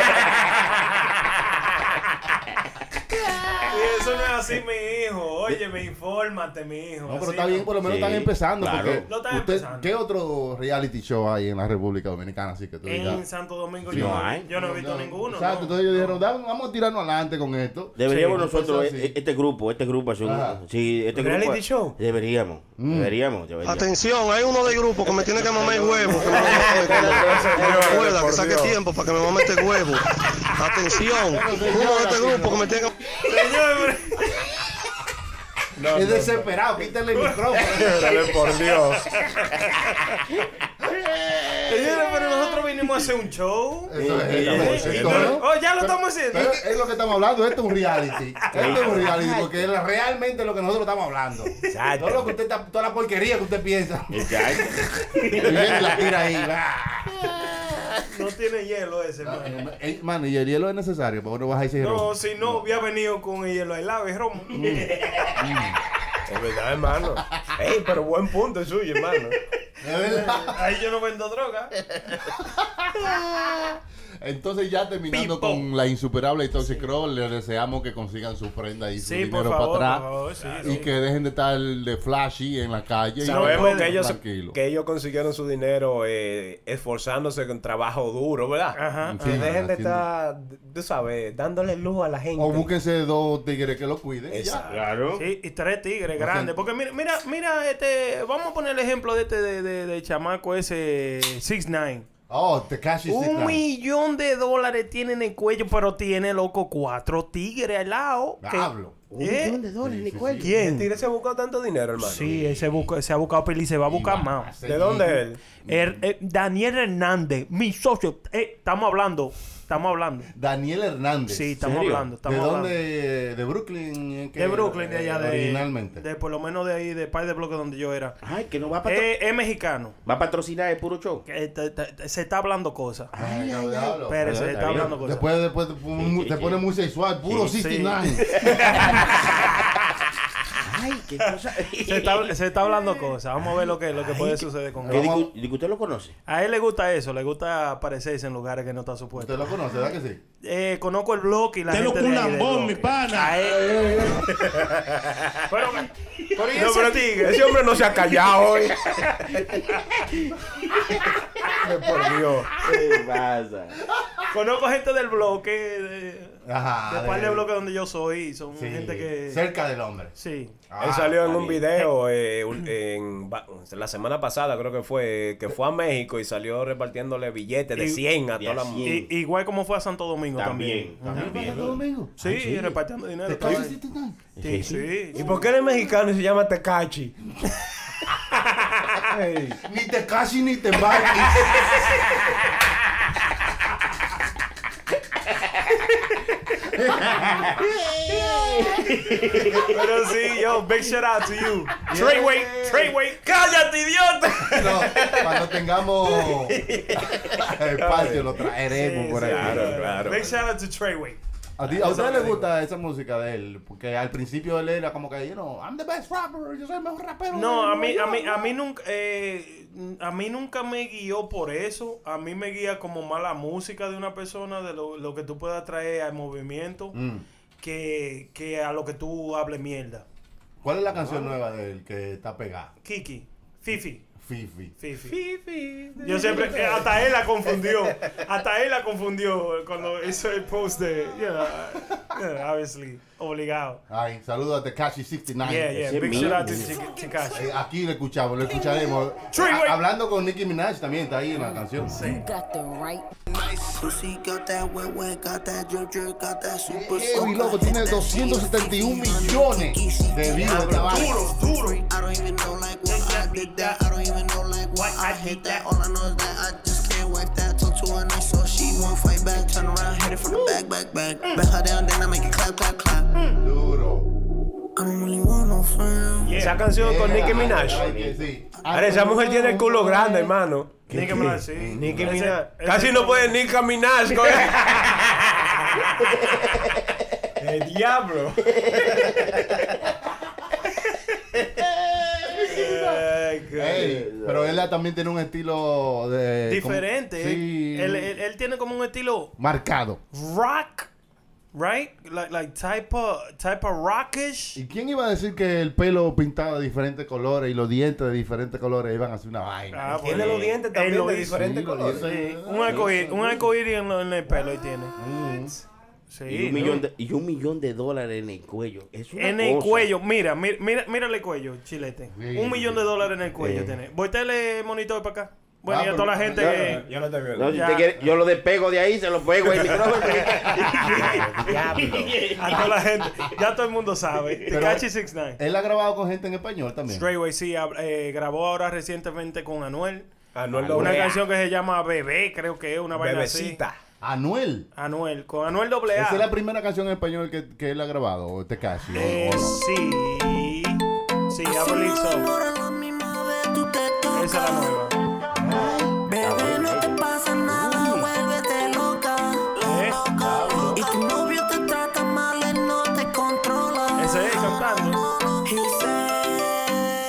Speaker 4: Y eso no es así, mi hijo. Oye, me infórmate, mi hijo.
Speaker 6: No, pero
Speaker 4: Así
Speaker 6: está bien, pues, por lo menos
Speaker 3: Sí,
Speaker 6: están empezando.
Speaker 3: claro.
Speaker 6: Porque
Speaker 4: Lo están
Speaker 6: usted-
Speaker 4: empezando.
Speaker 6: ¿Qué otro reality show hay en la República Dominicana? Así que tú
Speaker 4: En
Speaker 6: digas.
Speaker 4: Santo Domingo
Speaker 3: Sí,
Speaker 4: yo,
Speaker 3: no hay.
Speaker 4: yo no he visto
Speaker 6: No,
Speaker 4: ninguno.
Speaker 6: Exacto,
Speaker 4: no.
Speaker 6: entonces ellos dijeron, "Da- vamos a tirarnos adelante con esto.
Speaker 3: Deberíamos
Speaker 6: Sí,
Speaker 3: nosotros,
Speaker 6: entonces,
Speaker 3: e-
Speaker 6: sí.
Speaker 3: este grupo, este grupo hacer un-
Speaker 6: Ajá.
Speaker 3: sí, este
Speaker 5: ¿Reality
Speaker 3: grupo-
Speaker 5: show?
Speaker 3: Deberíamos, deberíamos, deberíamos.
Speaker 11: Atención, hay uno del grupo que me tiene que mamar el huevo. Que me, recuerda que saque tiempo para que me mame este huevo. Atención, uno de este grupo que me tiene que.
Speaker 4: <laughs>
Speaker 6: <laughs>
Speaker 4: Señor,
Speaker 6: es desesperado, quítale
Speaker 4: <laughs>
Speaker 6: el micrófono.
Speaker 5: Órale, por Dios.
Speaker 4: señores,
Speaker 6: "Eh".
Speaker 4: pero nosotros vinimos a hacer un show.
Speaker 6: Eso es,
Speaker 3: Sí,
Speaker 6: estamos
Speaker 3: sí,
Speaker 6: haciendo
Speaker 3: sí,
Speaker 6: todo,
Speaker 3: sí.
Speaker 6: ¿no?
Speaker 4: Oh, ya lo estamos haciendo.
Speaker 6: Eh, Pero es lo que estamos hablando, esto es un reality. Esto es un reality, porque es realmente lo que nosotros estamos hablando.
Speaker 5: Exacto.
Speaker 6: Todo lo que usted está- toda la porquería que usted piensa. <laughs>
Speaker 3: Exacto.
Speaker 6: Y viene y la tira ahí. va.
Speaker 4: No tiene hielo ese, man.
Speaker 6: Ey, eh, Mano, y el hielo es necesario, porque uno baja y se
Speaker 4: <laughs> No, si no, hubiera venido con el hielo helado y romo.
Speaker 6: Mm.
Speaker 5: Es verdad, hermano. Ey, pero buen punto es suyo, hermano.
Speaker 6: Es verdad.
Speaker 4: Ahí yo no vendo droga.
Speaker 6: Entonces ya terminando
Speaker 4: Pipo.
Speaker 6: con la insuperable y Toxic Crow, les deseamos que consigan su prenda y su
Speaker 4: Sí, por
Speaker 6: dinero
Speaker 4: favor,
Speaker 6: para
Speaker 4: por
Speaker 6: atrás.
Speaker 4: favor, sí.
Speaker 6: Y
Speaker 4: sí.
Speaker 6: que dejen de estar de flashy en la calle. y
Speaker 5: Sabemos
Speaker 6: vayan
Speaker 5: que ellos,
Speaker 6: tranquilos.
Speaker 5: que ellos consiguieron su dinero eh, esforzándose con trabajo duro, ¿verdad?
Speaker 4: Ajá.
Speaker 6: Sí,
Speaker 5: Que dejen de
Speaker 6: haciendo-
Speaker 5: estar, tú sabes, dándole luz a la gente.
Speaker 6: O búsquense dos tigres que lo cuiden. y ya.
Speaker 3: Claro.
Speaker 4: Sí, y tres tigres grandes. Porque mira, mira, mira, este, vamos a poner el ejemplo de este de, de- de chamaco ese 69.
Speaker 6: Oh, Tekashi
Speaker 4: Un
Speaker 6: 69.
Speaker 4: millón de dólares tiene en el cuello, pero tiene loco cuatro tigres al lado. que-
Speaker 6: Diablo.
Speaker 4: Un millón de dólares, Nicole. ¿Quién?
Speaker 5: El tigre se ha buscado tanto dinero, hermano.
Speaker 4: Sí, él se, busca- se ha buscado peli y se va a buscar más.
Speaker 5: ¿De dónde es él?
Speaker 4: Er- eh, Daniel Hernández, mi socio. Eh, Estamos hablando. Estamos hablando.
Speaker 6: Daniel Hernández.
Speaker 4: Sí, estamos
Speaker 6: ¿Serio?
Speaker 4: hablando. Estamos
Speaker 6: ¿De
Speaker 4: hablando.
Speaker 6: dónde? ¿De Brooklyn? eh, que-
Speaker 4: De Brooklyn, de allá de.
Speaker 6: Originalmente.
Speaker 4: De por lo menos de ahí, de par de bloques donde yo era. Eh,
Speaker 3: Ay, que no va a
Speaker 4: Es
Speaker 3: patro-
Speaker 4: mexicano.
Speaker 3: ¿Va a patrocinar el puro show?
Speaker 4: Que te- te- te- se está hablando cosas.
Speaker 6: Ay, ay, ay.
Speaker 4: Pero se está hablando cosas.
Speaker 6: Después, después te pone- te pone muy sexual, puro
Speaker 4: Sí, sí.
Speaker 6: 69.
Speaker 3: Ay, qué cosa.
Speaker 4: se, está, se está hablando cosas. Vamos a ver lo que, lo que puede suceder con
Speaker 3: Que
Speaker 4: él.
Speaker 3: digo- digo, ¿Usted lo conoce?
Speaker 4: A él le gusta eso, le gusta aparecerse en lugares que no está supuesto.
Speaker 6: ¿Usted lo conoce, verdad que sí?
Speaker 4: Eh, conozco el bloque y la
Speaker 2: Usted
Speaker 4: gente
Speaker 2: lo que
Speaker 4: de
Speaker 2: un
Speaker 4: ahí del
Speaker 2: lambón,
Speaker 4: bloque.
Speaker 2: mi pana.
Speaker 4: A él- pero, pero ¿y
Speaker 5: No,
Speaker 4: ese
Speaker 5: pero
Speaker 4: tigre?
Speaker 5: ese hombre no se ha callado
Speaker 4: <laughs>
Speaker 5: hoy. Ay, Por Dios.
Speaker 3: ¿Qué pasa?
Speaker 4: Conozco gente del bloque, de,
Speaker 6: Ajá.
Speaker 4: de par de
Speaker 6: Ah, de-
Speaker 4: bloques donde yo soy. Son
Speaker 6: sí,
Speaker 4: gente que...
Speaker 6: Cerca del hombre.
Speaker 4: Sí.
Speaker 5: Él
Speaker 6: Ah,
Speaker 5: salió en
Speaker 6: está
Speaker 5: un
Speaker 6: bien.
Speaker 4: <laughs>
Speaker 5: video eh, un- en ba- la semana pasada, creo que fue, que fue a México y salió repartiéndole billetes de
Speaker 4: Y-
Speaker 5: 100 a
Speaker 3: de
Speaker 5: toda la
Speaker 3: a 100.
Speaker 4: I- igual como fue a Santo Domingo también.
Speaker 3: También, también.
Speaker 6: ¿Todo domingo? Ah,
Speaker 4: Sí, repartiendo dinero.
Speaker 6: ¿Te cae 69?
Speaker 4: Sí, sí.
Speaker 5: ¿Y por qué eres mexicano y se llama
Speaker 4: <laughs>
Speaker 5: Tecachi?
Speaker 6: Ni te casi ni te embarques.
Speaker 4: <laughs> Pero sí, yo, big shout out to you. Treyway, Treyway, cállate, idiota.
Speaker 6: No, cuando tengamos el patio lo traeremos por ahí.
Speaker 5: Claro, claro.
Speaker 4: Big shout out to Treyway.
Speaker 6: A, ti- a usted le gusta esa música de él, porque al principio él era como que, you know, I'm the best rapper, yo soy el mejor rapero.
Speaker 4: No,
Speaker 6: de
Speaker 4: a mí, a
Speaker 6: Nueva
Speaker 4: mí,
Speaker 6: York,
Speaker 4: a mí nunca, eh, a mí nunca me guió por eso. A mí me guía como más la música de una persona, de lo, lo que tú puedas traer al movimiento,
Speaker 6: Mm.
Speaker 4: que, que a lo que tú hables mierda.
Speaker 6: ¿Cuál es la canción
Speaker 4: Ah.
Speaker 6: nueva de él que está pegada?
Speaker 4: Kiki, Fifi,
Speaker 6: Fifi.
Speaker 4: Fifi. Yo siempre, eh, hasta él la confundió. Hasta él la confundió cuando hizo el post de, yeah, yeah, obviously, obligado.
Speaker 6: Ay, saludos a Tekashi 69.
Speaker 4: Yeah, yeah,
Speaker 3: ese
Speaker 4: big
Speaker 3: mismo.
Speaker 4: shout out to Chik- Chikashi.
Speaker 6: Eh, Aquí lo escuchamos, lo escucharemos.
Speaker 4: Three
Speaker 6: A-
Speaker 4: way.
Speaker 6: hablando con Nicki Minaj también, está ahí en la canción. Sí.
Speaker 12: Got the right
Speaker 13: Pussy got that wet wet, got that drip drip, got that super
Speaker 6: Heavy, loco, tiene 271 millones de views esta vaina.
Speaker 13: I don't even know like what I did that. I don't even know like why I hit that. All I know is that I just can't wipe that. Talk to her nice, so she won't fight back. Turn around, hit it from the back, back, back.
Speaker 6: Mm.
Speaker 13: Bet her down, then I make it clap, clap, clap.
Speaker 6: Duro.
Speaker 13: I don't really want no friends.
Speaker 4: Yeah.
Speaker 5: Esa canción con Nicki Minaj.
Speaker 6: Ay, que sí.
Speaker 5: Ahora, esa mujer tiene el culo grande, hermano.
Speaker 4: Nicki Minaj, sí.
Speaker 5: Nicki
Speaker 4: Ese-
Speaker 5: Minaj.
Speaker 4: ese-
Speaker 5: Casi no puede ni
Speaker 4: <laughs>
Speaker 5: caminar. con- el diablo.
Speaker 6: Ey, pero él también tiene un estilo de...
Speaker 4: Diferente. eh.
Speaker 6: como- sí,
Speaker 4: Él, él- él tiene como un estilo
Speaker 6: marcado.
Speaker 4: rock, right? Like, like type of, type of rockish.
Speaker 6: ¿Y quién iba a decir que el pelo pintado de diferentes colores y los dientes de diferentes colores iban a hacer una vaina?
Speaker 4: Ah,
Speaker 5: Tiene
Speaker 4: pues,
Speaker 5: los dientes
Speaker 4: él
Speaker 5: también
Speaker 4: lo
Speaker 5: de
Speaker 4: hizo.
Speaker 5: diferentes
Speaker 6: Sí, lo
Speaker 5: colores.
Speaker 6: hizo.
Speaker 4: Sí, Un arcoíris, un arcoíris en, lo- en el pelo ahí tiene. Sí,
Speaker 3: Y un,
Speaker 4: ¿no?
Speaker 3: millón de, y un millón de dólares en el cuello. Es una
Speaker 4: En el
Speaker 3: cosa.
Speaker 4: cuello, mira, mira, mira, mírale el cuello, chilete.
Speaker 6: Sí.
Speaker 4: Un millón de dólares en el cuello tiene. Voltele el monitor para acá. Bueno,
Speaker 6: Ah,
Speaker 4: y a
Speaker 5: pues,
Speaker 6: pero-
Speaker 4: toda la gente
Speaker 6: ya,
Speaker 4: que.
Speaker 3: <laughs>
Speaker 5: Yo no te
Speaker 3: No,
Speaker 5: veo.
Speaker 3: si
Speaker 4: Ya.
Speaker 3: usted quiere, yo lo despego de ahí, se lo pego en el micrófono.
Speaker 4: A toda la gente. Ya todo el mundo sabe. Tekashi
Speaker 5: eh,
Speaker 4: 69.
Speaker 6: Él ha grabado con gente en español también.
Speaker 4: Straightway sí hab- eh, grabó ahora recientemente con Anuel.
Speaker 5: Anuel
Speaker 4: Una
Speaker 5: Doblea.
Speaker 4: canción que se llama Bebé, creo que es una vaina
Speaker 5: Bebecita.
Speaker 6: Anuel.
Speaker 4: así. Anuel, con Anuel doble
Speaker 6: Esa es la
Speaker 4: A.
Speaker 6: primera canción en español que, que él ha grabado, Tekashi. o-
Speaker 4: Eh,
Speaker 6: o no.
Speaker 4: sí. Sí, I believe so.
Speaker 13: Ahora lo mismo de tu teta.
Speaker 4: Esa es la nueva.
Speaker 13: Bebé, no te pasa nada, vuélvete loca,
Speaker 4: ¿Eh?
Speaker 13: loca. Y tu novio te trata mal, él no te controla.
Speaker 4: Ese es cantando.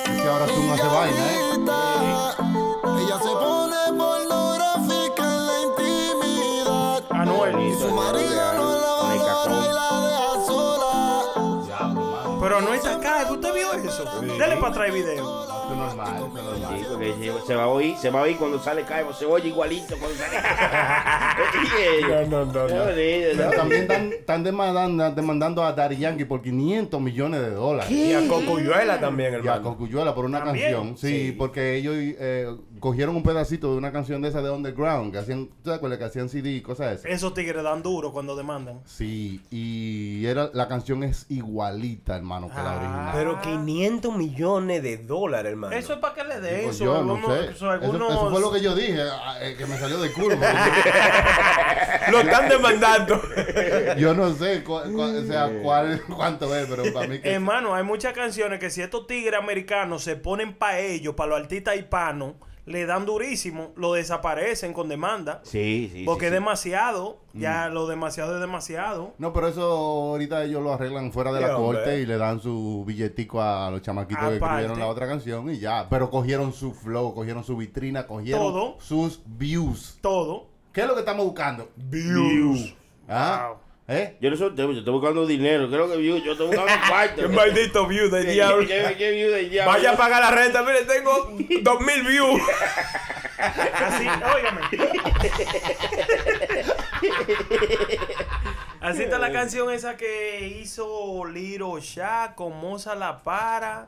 Speaker 6: Es que ahora tú no haces vaina, ¿eh?
Speaker 13: Ella se pone pornográfica en la intimidad.
Speaker 4: Anuel. Pero Anuel está acá. ¿Usted vio eso? Dele para atrás el video.
Speaker 6: Esto es normal, esto es normal.
Speaker 3: Sí, porque se- se va a oír, se va a oír cuando sale Caibo, se oye igualito cuando sale Caibo.
Speaker 5: No, <laughs> no, no, no.
Speaker 3: eh,
Speaker 6: Pero también están, están demandando, demandando a Daddy Yankee por 500 millones de dólares.
Speaker 5: Y a Cocuyuela también,
Speaker 6: Y a
Speaker 5: hermano.
Speaker 6: Cocuyuela por una
Speaker 4: También.
Speaker 6: canción. Sí, porque ellos, eh, cogieron un pedacito de una canción de esa de Underground, que hacían, ¿tú te acuerdas? Que hacían CD y cosas de esas.
Speaker 4: Esos tigres dan duro cuando demandan.
Speaker 6: Sí, y era, la canción es igualita, hermano, que
Speaker 4: Ah.
Speaker 6: la original.
Speaker 5: Pero 500 millones de dólares, hermano.
Speaker 4: Eso es para que le den
Speaker 6: Digo
Speaker 4: eso.
Speaker 6: yo, no
Speaker 4: algunos-
Speaker 6: sé.
Speaker 4: eso,
Speaker 6: Eso-
Speaker 4: algunos-
Speaker 6: eso fue lo que yo dije, ah, eh, que me salió de culo.
Speaker 4: <laughs>
Speaker 5: Lo están demandando. <laughs>
Speaker 6: yo no sé cuál- cuál- o sea, cuál, cuánto es, pero para mí que...
Speaker 4: Hermano, hay muchas canciones que si estos tigres americanos se ponen para ellos, para los artistas hispanos, le dan durísimo, lo desaparecen con demanda.
Speaker 3: Sí, sí.
Speaker 6: sí,
Speaker 4: porque es
Speaker 6: sí. Mm.
Speaker 4: demasiado, ya lo demasiado es demasiado.
Speaker 6: No, pero eso ahorita ellos lo arreglan fuera de
Speaker 4: Sí,
Speaker 6: la
Speaker 4: hombre.
Speaker 6: corte y le dan su billetico a los chamaquitos que
Speaker 4: Aparte.
Speaker 6: escribieron la otra canción y ya. Pero cogieron su flow, cogieron su vitrina, cogieron
Speaker 4: Todo.
Speaker 6: sus views.
Speaker 4: Todo.
Speaker 6: ¿Qué es lo que estamos buscando?
Speaker 3: Views.
Speaker 6: ¿Ah? ¿Eh?
Speaker 3: Yo no soy yo estoy buscando dinero. Creo que view, yo estoy buscando
Speaker 5: <laughs>
Speaker 3: cuarto.
Speaker 5: Un maldito view del
Speaker 3: <laughs> ¿Qué-
Speaker 5: diablo.
Speaker 3: qué- qué- qué view del diablo?
Speaker 5: Vaya a pagar la renta, mire,
Speaker 4: <laughs>
Speaker 5: tengo 2000 views.
Speaker 4: Así, Ah, óigame. Así está la canción esa que hizo Liro Shah con Moza La Para.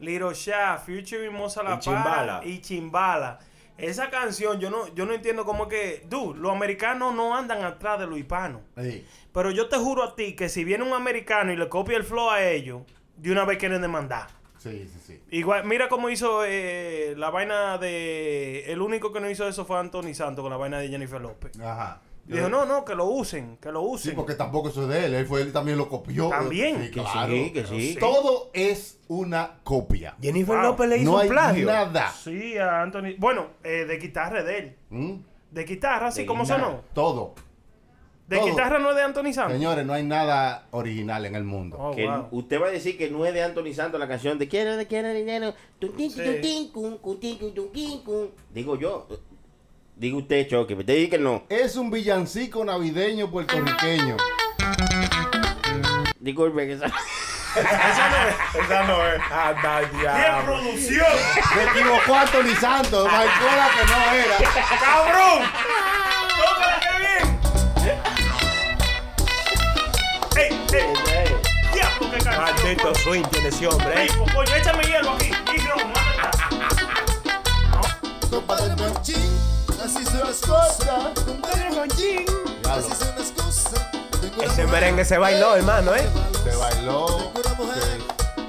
Speaker 4: Liro Shah, Future y Moza La Para.
Speaker 5: Chimbala.
Speaker 4: Y Chimbala. Esa canción, yo no, yo no entiendo cómo es que. Dude, los americanos no andan atrás de los hispanos.
Speaker 6: Sí.
Speaker 4: Pero yo te juro a ti que si viene un americano y le copia el flow a ellos, de una vez quieren demandar.
Speaker 6: Sí, sí, sí.
Speaker 4: Igual, mira cómo hizo eh, la vaina de. El único que no hizo eso fue Anthony Santos con la vaina de Jennifer López.
Speaker 6: Ajá.
Speaker 4: Dijo, no, no, que lo usen, que lo usen.
Speaker 6: Sí, porque tampoco eso es de él. Él fue él también lo copió.
Speaker 4: También.
Speaker 6: Sí,
Speaker 4: Que
Speaker 6: claro.
Speaker 4: sí, que sí.
Speaker 6: Todo es una copia.
Speaker 5: Jennifer
Speaker 4: Wow.
Speaker 5: López le hizo
Speaker 6: no
Speaker 5: un
Speaker 6: hay
Speaker 5: plagio.
Speaker 6: nada.
Speaker 4: Sí, a Anthony. Bueno, eh, de guitarra es de él.
Speaker 6: ¿Mm?
Speaker 4: De guitarra, sí,
Speaker 6: De
Speaker 4: ¿cómo
Speaker 6: nada.
Speaker 4: sonó?
Speaker 6: Todo.
Speaker 4: De
Speaker 6: Todo.
Speaker 4: guitarra no es de Anthony Santos. Oh,
Speaker 6: Señores, no hay nada original en el mundo.
Speaker 3: Que Usted va a decir que no es de Anthony Santos la canción de Quiero, de Quiero dinero. Tun, tin,
Speaker 7: Sí.
Speaker 3: tun, tin, cun, cun, tin, cun, tun, tin, cun. Digo yo. Digo usted, Choque. Usted dice que no.
Speaker 6: Es un villancico navideño puertorriqueño.
Speaker 3: Digo el <laughs> reggaetón.
Speaker 5: Esa no es. Anda, diablo.
Speaker 4: producción!
Speaker 6: Se equivocó Anthony Santos, marcó la que no era.
Speaker 4: ¡Cabrón! ¡Tócala que bien! ¡Ey, ey! ¡Diablo, qué canción!
Speaker 5: Maldito swing tiene ese hombre.
Speaker 4: ¡Ey,
Speaker 5: ¿eh?
Speaker 4: coño, échame hielo aquí! ¡Hielo,
Speaker 6: <laughs>
Speaker 7: Sopa de manchín, así son las cosas. Sopa de manchín, así son las cosas. Tengo una
Speaker 5: Ese
Speaker 7: mujer,
Speaker 5: merengue se bailó, hermano, ¿eh?
Speaker 6: Se bailó.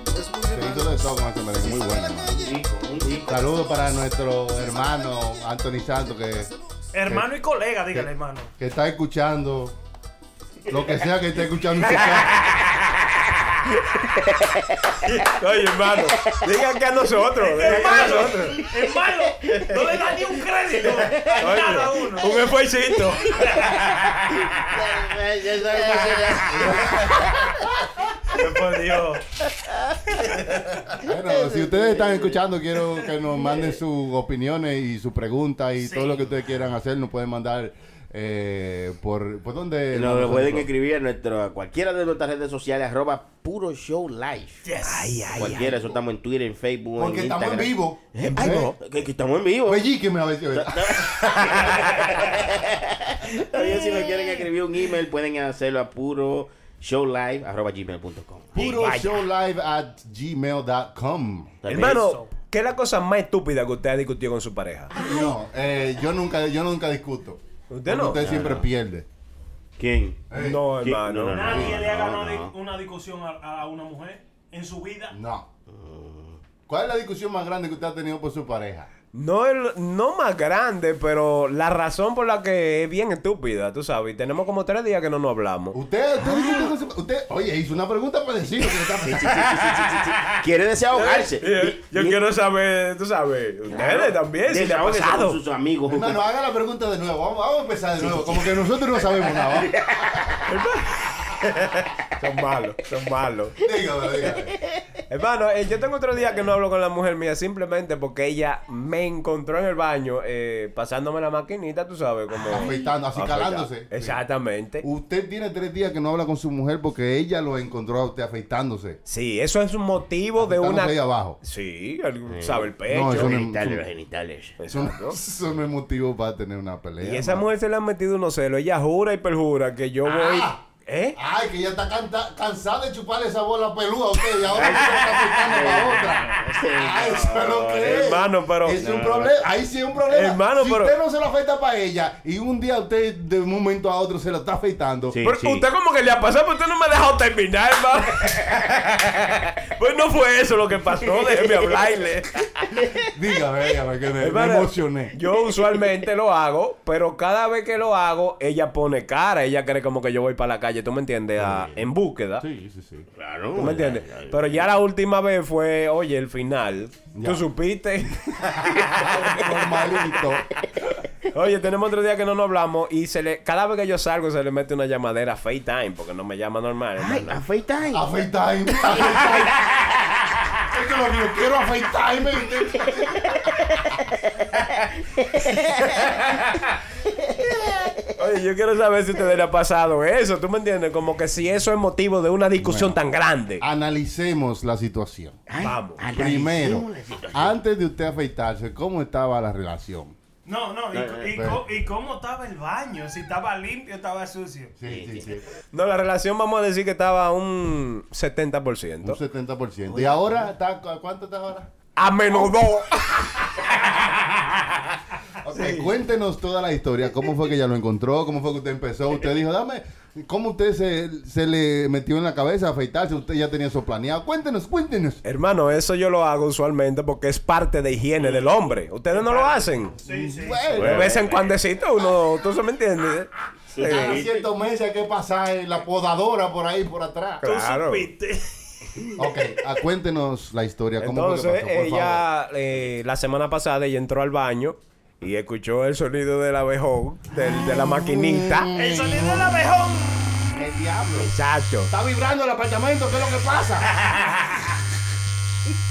Speaker 6: Se, se hizo de todo con ese merengue, muy bueno. Saludos para nuestro hermano Anthony Santos que,
Speaker 4: Hermano y colega, dígale,
Speaker 6: que-
Speaker 4: hermano.
Speaker 6: que está escuchando lo que sea que esté escuchando. ese ca-
Speaker 5: Oye, hermano, digan que a nosotros. Digan que a
Speaker 4: Hermano.
Speaker 5: nosotros.
Speaker 4: Hermano, no le da ni un crédito a cada
Speaker 5: Oye,
Speaker 4: uno.
Speaker 5: un em- esfuercito.
Speaker 4: Por Dios.
Speaker 6: Bueno, si ustedes están escuchando, quiero que <laughs> nos manden sus opiniones y sus preguntas y todo lo que ustedes quieran hacer. Nos pueden mandar eh, por, por donde.
Speaker 3: Nos lo pueden escribir a, nuestro, a cualquiera de nuestras redes sociales, arroba puro show live.
Speaker 4: Ay, ay,
Speaker 3: cualquiera, eso estamos en Twitter, en Facebook,
Speaker 6: Porque
Speaker 3: en
Speaker 6: estamos
Speaker 3: Instagram.
Speaker 6: en vivo. Pues,
Speaker 3: Eh, ay, que, que estamos en vivo. <laughs>
Speaker 6: Bellíqueme a veces.
Speaker 3: También si nos
Speaker 6: eh.
Speaker 3: quieren escribir un email, pueden hacerlo a puro showlive, arroba gmail.com.
Speaker 6: Puro show live at gmail.com.
Speaker 5: Hermano, ¿qué es la cosa más estúpida que usted ha discutido con su pareja?
Speaker 6: No, eh, yo nunca, yo nunca discuto.
Speaker 5: ¿Usted no?
Speaker 6: Usted
Speaker 5: No,
Speaker 3: Ah,
Speaker 6: siempre
Speaker 5: no.
Speaker 6: pierde.
Speaker 3: ¿Quién?
Speaker 5: No,
Speaker 3: ¿Quién? No,
Speaker 5: hermano.
Speaker 3: no, no.
Speaker 4: Nadie le ha
Speaker 3: no,
Speaker 4: ganado
Speaker 3: no.
Speaker 4: di- una discusión a, a una mujer en su vida.
Speaker 6: No. ¿Cuál es la discusión más grande que usted ha tenido por su pareja?
Speaker 5: No, el- no más grande, pero la razón por la que es bien estúpida, tú sabes. Y tenemos como tres días que no nos hablamos.
Speaker 6: Usted,
Speaker 3: Ah.
Speaker 6: usted, discute con su- usted- oye, hizo una pregunta para decir lo que le está
Speaker 3: Quiere
Speaker 5: <laughs>
Speaker 3: desahogarse.
Speaker 5: Eh, Yo quiero saber, tú sabes, ustedes también, si le ha
Speaker 3: Desahógese
Speaker 5: pasado.
Speaker 3: con sus amigos.
Speaker 6: Hermano, haga la pregunta de nuevo. Vamos, vamos a empezar de nuevo. Como que nosotros no
Speaker 10: <laughs>
Speaker 6: sabemos nada. ¿va?
Speaker 5: Son malos, son malos.
Speaker 6: Dígame, dígame.
Speaker 5: Hermano, eh, yo tengo otro día que no hablo con la mujer mía simplemente porque ella me encontró en el baño eh, pasándome la maquinita, tú sabes, como...
Speaker 6: Ah, Afeitando, así
Speaker 5: Afeitando.
Speaker 6: calándose.
Speaker 5: Exactamente.
Speaker 6: Usted tiene tres días que no habla con su mujer porque ella lo encontró a usted afeitándose.
Speaker 5: Sí, eso es un motivo de una...
Speaker 6: Afeitándose ahí abajo.
Speaker 5: Sí, el- sabe el pecho.
Speaker 6: No, eso no es-
Speaker 3: Genitales, los genitales.
Speaker 6: Eso, no- eso no es motivo para tener una pelea. Ah.
Speaker 5: Y esa mujer se le han metido unos celos. Ella jura y perjura que yo voy.
Speaker 4: ¿Eh?
Speaker 10: Ah. Ay, que ella está canta- cansada de chuparle esa bola peluda a usted y ahora usted la está aplicando para otra. Ay, eso es lo que es.
Speaker 4: Hermano, pero.
Speaker 10: Es un problema. Ahí sí es un problema.
Speaker 4: Hermano,
Speaker 10: si
Speaker 4: pero-
Speaker 10: usted no se lo afecta para ella y un día usted de un momento a otro se lo está afeitando.
Speaker 5: Pero usted como que le ha pasado, pero usted no me ha dejado terminar, hermano.
Speaker 10: <laughs>
Speaker 5: pues no fue eso lo que pasó, déjeme hablarle.
Speaker 10: Dígame, dígame, que me, me
Speaker 5: Hermano,
Speaker 10: emocioné.
Speaker 5: Yo usualmente lo hago, pero cada vez que lo hago, ella pone cara. Ella cree como que yo voy para la calle, ¿tú me entiendes? A- en búsqueda.
Speaker 6: Sí, sí, sí.
Speaker 3: Claro.
Speaker 5: ¿Tú me entiendes?
Speaker 3: ya, ya, ya.
Speaker 5: Pero ya la última vez fue, oye, el final. ¿Tú supiste? <laughs>
Speaker 10: Normalito.
Speaker 5: Oye, tenemos otro día que no nos hablamos y se le, cada vez que yo salgo se le mete una llamadera FaceTime porque no me llama normal. hermano.
Speaker 3: A FaceTime.
Speaker 10: A FaceTime. A FaceTime. es que lo que yo quiero a FaceTime.
Speaker 5: Oye, yo quiero saber si a ustedes le ha pasado eso. ¿Tú me entiendes? Como que si eso es motivo de una discusión tan grande.
Speaker 6: Analicemos la situación.
Speaker 5: Vamos.
Speaker 6: Primero, antes de usted afeitarse, ¿cómo estaba la relación?
Speaker 4: No, no, y,
Speaker 6: Eh,
Speaker 4: y
Speaker 6: eh,
Speaker 4: co- y cómo estaba el baño, si estaba limpio, estaba sucio.
Speaker 6: Sí, sí, sí.
Speaker 5: No, la relación vamos a decir que estaba a un 70%. Un
Speaker 6: 70%. ¿Y ahora está, cu- cuánto está ahora?
Speaker 5: A menudo.
Speaker 6: Ah. Ok, Cuéntenos toda la historia. ¿Cómo fue que ella lo encontró? ¿Cómo fue que usted empezó? Usted dijo, dame. ¿Cómo usted se, se le metió en la cabeza afeitarse? ¿Usted ya tenía eso planeado? Cuéntenos, cuéntenos.
Speaker 5: Hermano, eso yo lo hago usualmente porque es parte de higiene del hombre. ¿Ustedes no lo hacen?
Speaker 4: Sí, sí.
Speaker 5: De vez en cuando uno, tú se me entiendes. Eh, Sí.
Speaker 10: Cada ciertos meses hay que pasar en la podadora por ahí, por atrás.
Speaker 5: Claro.
Speaker 6: Ok, ah, cuéntenos la historia. ¿Cómo fue
Speaker 5: Entonces,
Speaker 6: que pasó? Por favor.
Speaker 5: ella, eh, la semana pasada, ella entró al baño y escuchó el sonido del abejón, del- de la maquinita.
Speaker 4: El sonido del abejón.
Speaker 10: El diablo.
Speaker 5: Exacto.
Speaker 10: Está vibrando el apartamento, ¿qué es lo que pasa?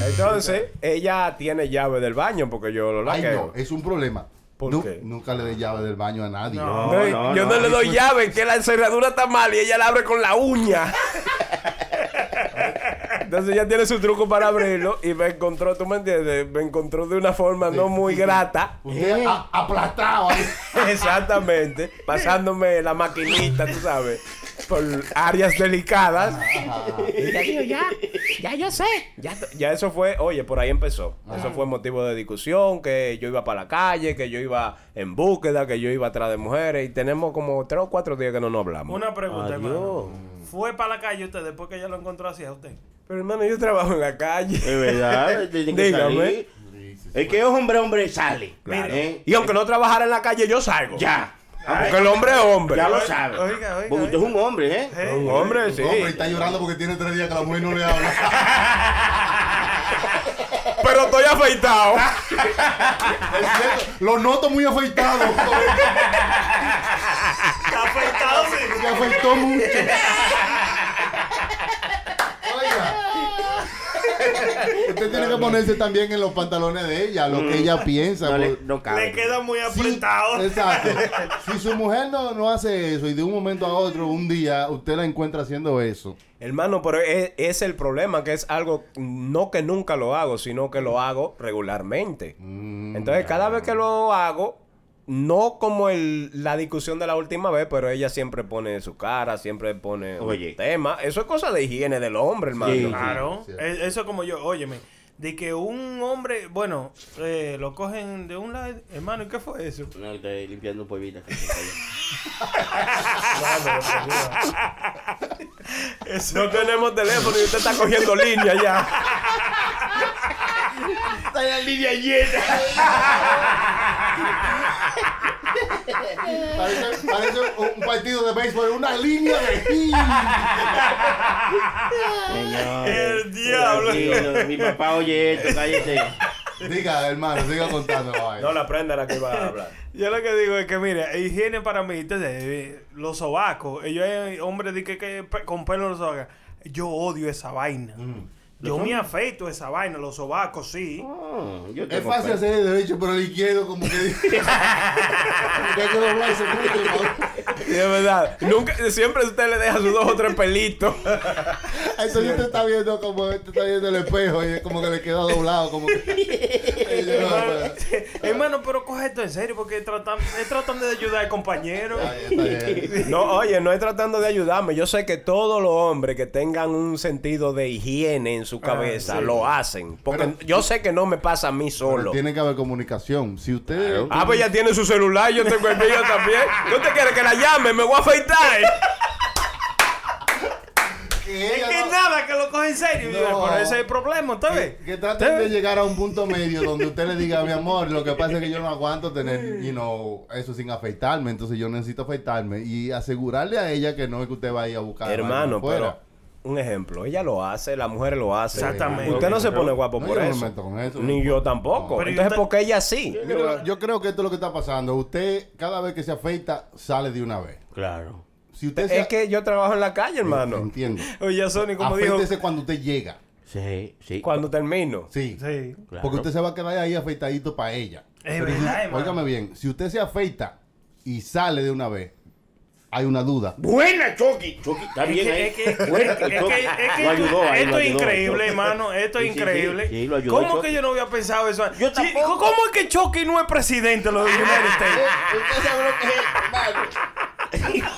Speaker 5: Entonces, ella tiene llave del baño porque yo lo
Speaker 6: Ay, no,
Speaker 5: laqueo.
Speaker 6: es un problema.
Speaker 5: ¿Por
Speaker 6: Nu-
Speaker 5: qué?
Speaker 6: Nunca le dé llave del baño a nadie.
Speaker 5: No, yo no, le doy
Speaker 6: Eso es-
Speaker 5: llave, que la cerradura está mal y ella la abre con la uña. Entonces ella tiene su truco para abrirlo y me encontró, tú me entiendes, me encontró de una forma no muy grata.
Speaker 10: Usted a- aplastado ahí.
Speaker 5: Exactamente, pasándome la maquinita, tú sabes, por áreas delicadas.
Speaker 12: Ya digo, ya, ya yo sé.
Speaker 5: Ya, ya eso fue, oye, por ahí empezó. Eso fue motivo de discusión, que yo iba para la calle, que yo iba en búsqueda, que yo iba atrás de mujeres. Y tenemos como tres o cuatro días que no nos hablamos.
Speaker 4: Una pregunta,
Speaker 5: Adiós.
Speaker 4: hermano. ¿Fue para la calle usted después que ella lo encontró así a usted?
Speaker 5: Pero hermano, yo trabajo en la calle.
Speaker 3: Es
Speaker 4: <laughs>
Speaker 3: verdad, tiene que
Speaker 5: Dígame.
Speaker 3: salir. Es que es hombre, hombre, sale. ¿Eh?
Speaker 5: Y aunque no trabajara en la calle, yo salgo.
Speaker 3: Ya.
Speaker 5: Porque el hombre es hombre.
Speaker 3: Ya lo sabe.
Speaker 4: Oiga, oiga,
Speaker 3: Porque usted es un hombre, ¿eh?
Speaker 5: Un hombre, sí.
Speaker 6: Hombre, está llorando porque tiene tres días que la mujer no le habla.
Speaker 5: <laughs> Pero estoy afeitado.
Speaker 3: Ah.
Speaker 6: Es cierto, lo noto muy afeitado.
Speaker 4: Está afeitado, sí.
Speaker 6: Se afeitó mucho. Usted tiene que ponerse también en los pantalones de ella, lo que ella piensa.
Speaker 3: No, le,
Speaker 6: por-
Speaker 3: no
Speaker 4: Le
Speaker 3: cabe.
Speaker 4: queda muy apretado.
Speaker 6: Exacto. Si su mujer no, no hace eso y de un momento a otro, un día, usted la encuentra haciendo eso.
Speaker 5: Hermano, pero es, es el problema, que es algo, no que nunca lo hago, sino que lo hago regularmente.
Speaker 6: Mm.
Speaker 5: Entonces, cada vez que lo hago, no como el, la discusión de la última vez, pero ella siempre pone su cara, siempre pone un
Speaker 3: Oye.
Speaker 5: tema. Eso es cosa de higiene del hombre, hermano.
Speaker 3: Sí.
Speaker 4: Claro,
Speaker 6: Sí,
Speaker 4: e- eso como yo, óyeme, de que un hombre, bueno, eh, lo cogen de un lado, hermano, ¿y qué fue eso?
Speaker 3: No, estoy limpiando un
Speaker 4: <laughs>
Speaker 3: polvito.
Speaker 4: Eso-
Speaker 5: No tenemos teléfono y usted está <laughs> cogiendo línea ya.
Speaker 3: Está la línea llena.
Speaker 10: Parece, parece un partido de béisbol, una línea de
Speaker 3: Señor.
Speaker 4: El diablo.
Speaker 3: Tranquilo, Mi papá oye esto, cállate.
Speaker 6: Diga, hermano, siga contando. vaya.
Speaker 5: No, la prenda era que iba a hablar.
Speaker 4: Yo lo que digo es que, mira, higiene para mí, entonces, eh, los sobacos, ellos hay hombres de que, que pe- con pelo en los sobacos, yo odio esa vaina. Yo me afeito esa vaina, los sobacos, sí.
Speaker 3: yo
Speaker 6: Es fácil hacer el derecho, pero el izquierdo <laughs> como que... Hay que doblarse mucho.
Speaker 5: Sí, es verdad. Nunca, siempre usted le deja sus dos o tres pelitos.
Speaker 6: Entonces usted está viendo como... Usted está viendo el espejo y es como que le queda doblado, como que... Y yo, no, pues. pero-
Speaker 4: Hermano, Eh, hermano, pero coge esto en serio porque tratan, es tratando de ayudar al compañero.
Speaker 5: No, oye, no es tratando de ayudarme. Yo sé que todos los hombres que tengan un sentido de higiene en su cabeza
Speaker 6: sí.
Speaker 5: lo hacen. Porque yo sé que no me pasa a mí solo.
Speaker 6: Tiene que haber comunicación. Si usted...
Speaker 5: Ah, pues ya tiene su celular, yo tengo el mío también. ¿Tú te quieres que la llame? Me voy a afeitar.
Speaker 4: es que nada, que lo coge en serio.
Speaker 6: No.
Speaker 4: Digo, Pero ese es el problema, ¿usted
Speaker 3: Eh,
Speaker 4: ve?
Speaker 6: Que traten de llegar a un punto medio donde usted le diga, mi amor, lo que pasa es que yo no aguanto tener, you know, eso sin afeitarme, entonces yo necesito afeitarme y asegurarle a ella que no es que usted vaya a buscar.
Speaker 5: Hermano,
Speaker 6: algo afuera.
Speaker 5: pero un ejemplo, ella lo hace, las mujeres lo hacen.
Speaker 6: Exactamente.
Speaker 5: Usted no se pone guapo
Speaker 6: No,
Speaker 5: por
Speaker 6: yo no me
Speaker 5: eso.
Speaker 6: meto con eso.
Speaker 5: Ni yo tampoco.
Speaker 6: Pero yo
Speaker 5: Entonces,
Speaker 6: te-
Speaker 5: ¿por qué ella sí?
Speaker 6: Yo creo, yo creo que esto es lo que está pasando. Usted, cada vez que se afeita, sale de una vez.
Speaker 3: Claro.
Speaker 6: Si usted
Speaker 5: Es que yo trabajo en la calle, hermano.
Speaker 6: Entiendo.
Speaker 5: Oye, Sony, como dijo.
Speaker 6: Afeítese cuando usted llega.
Speaker 3: Sí, sí.
Speaker 5: Cuando termino.
Speaker 6: Sí.
Speaker 4: Sí.
Speaker 6: Porque usted se va a quedar ahí afeitadito para ella.
Speaker 4: Es
Speaker 6: Pero
Speaker 4: verdad,
Speaker 6: si-
Speaker 4: hermano.
Speaker 6: Óigame bien, si usted se afeita y sale de una vez, hay una duda.
Speaker 3: Buena, Chucky. Chucky, está
Speaker 4: Es
Speaker 3: bien
Speaker 4: que-
Speaker 3: ahí.
Speaker 4: es que- es
Speaker 3: Buena,
Speaker 4: que- es
Speaker 3: Chucky.
Speaker 4: que- es que
Speaker 3: Lo ayudó ahí,
Speaker 4: esto
Speaker 3: lo
Speaker 4: es
Speaker 3: ayudó.
Speaker 4: increíble, hermano. Esto
Speaker 3: Sí,
Speaker 4: es
Speaker 3: sí,
Speaker 4: increíble.
Speaker 3: sí, sí, lo ayudó,
Speaker 4: ¿Cómo
Speaker 3: Chucky.
Speaker 4: que yo no había pensado eso? Sí, ¿Cómo es que Chucky no es presidente
Speaker 3: Ah,
Speaker 4: de los United
Speaker 5: <laughs>
Speaker 4: States?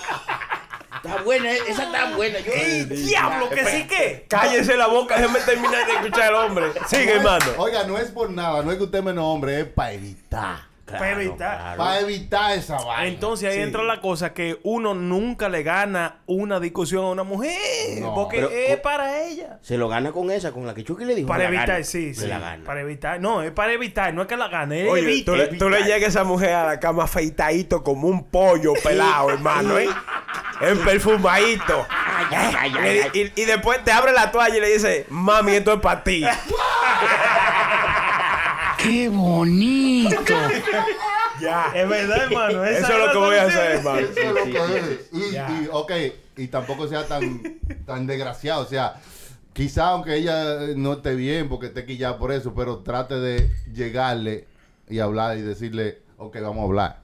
Speaker 3: Está buena, esa está buena. Yo,
Speaker 4: diablo, que sí que.
Speaker 5: Cállese la boca, déjeme terminar de escuchar al hombre. Sigue, hermano.
Speaker 6: Oiga, no es por nada, no es que usted menos hombre, es para evitar.
Speaker 4: Pero está-
Speaker 6: Para evitar esa vaina.
Speaker 4: Entonces ahí
Speaker 6: Sí.
Speaker 4: entra la cosa que uno nunca le gana una discusión a una mujer.
Speaker 3: No,
Speaker 4: porque
Speaker 3: pero-
Speaker 4: es para ella.
Speaker 3: Se lo gana con esa, con la que Chucky le dijo.
Speaker 4: Para
Speaker 3: me la
Speaker 4: evitar,
Speaker 3: gana.
Speaker 4: sí,
Speaker 3: Me
Speaker 4: sí.
Speaker 3: la gana.
Speaker 4: Para evitar. No, es para evitar, no es que la gane. es
Speaker 5: Oye,
Speaker 4: evita,
Speaker 5: tú le,
Speaker 4: evita.
Speaker 5: tú le llegas a esa mujer a la cama afeitadito como un pollo pelado, hermano, ¿eh? Emperfumadito.
Speaker 3: ay,
Speaker 5: Y, y- y después te abre la toalla y le dice, mami, esto es
Speaker 3: <laughs>
Speaker 5: para ti.
Speaker 14: ¡Qué bonito!
Speaker 5: ya.
Speaker 4: Es
Speaker 5: <laughs>
Speaker 4: verdad, hermano. esa
Speaker 5: Eso es
Speaker 4: es
Speaker 5: lo
Speaker 4: la
Speaker 5: que voy a
Speaker 4: solución.
Speaker 5: hacer, hermano.
Speaker 6: Eso es lo que es. Y, y, ok, y tampoco sea tan, tan desgraciado. O sea, quizá aunque ella eh, no esté bien porque esté quillada por eso, pero trate de llegarle y hablar y decirle, ok, vamos a hablar.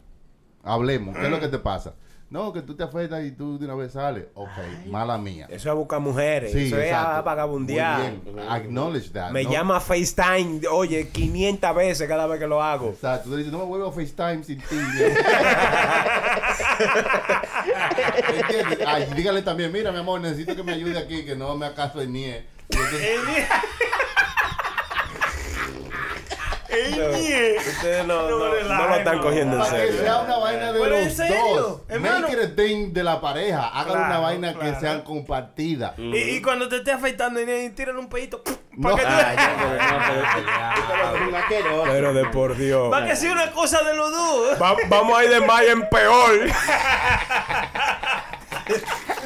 Speaker 6: Hablemos, ¿qué es lo que te pasa? No, que tú te afectas y tú de una vez sales. Ok, mala mía.
Speaker 5: Eso es a buscar mujeres.
Speaker 6: Sí,
Speaker 5: eso
Speaker 4: ah,
Speaker 5: es a
Speaker 6: exacto.
Speaker 5: vagabundear.
Speaker 6: Muy bien. Acknowledge that.
Speaker 5: Me
Speaker 6: ¿no?
Speaker 5: llama FaceTime, oye, 500 veces cada vez que lo hago.
Speaker 6: Exacto. Tú le dices, no me vuelvo a FaceTime sin ti.
Speaker 5: <laughs>
Speaker 6: ¿Entiendes? Ay, dígale también, mira, mi amor, necesito que me ayude aquí, que no me acaso el NIE. Y entonces-
Speaker 5: Ustedes no, no- no
Speaker 4: relajen,
Speaker 5: lo están
Speaker 4: no.
Speaker 5: cogiendo en
Speaker 6: Para que
Speaker 5: serio.
Speaker 6: sea una vaina de
Speaker 4: Pero en
Speaker 6: los
Speaker 4: serio,
Speaker 6: dos.
Speaker 4: hermano.
Speaker 6: Make it a thing de la pareja. Hagan una
Speaker 4: Claro,
Speaker 6: vaina
Speaker 4: claro.
Speaker 6: que sean compartidas.
Speaker 5: Mm.
Speaker 4: Y, y cuando te esté afeitando y tiran un pedito. <laughs> ¡pum!
Speaker 6: No.
Speaker 4: Para
Speaker 5: Ah,
Speaker 4: que,
Speaker 6: Ay,
Speaker 4: tú-
Speaker 5: Pero de por Dios.
Speaker 4: pa' que sea una cosa de los dos.
Speaker 5: Va- vamos a ir de mal en
Speaker 4: <laughs>
Speaker 5: peor.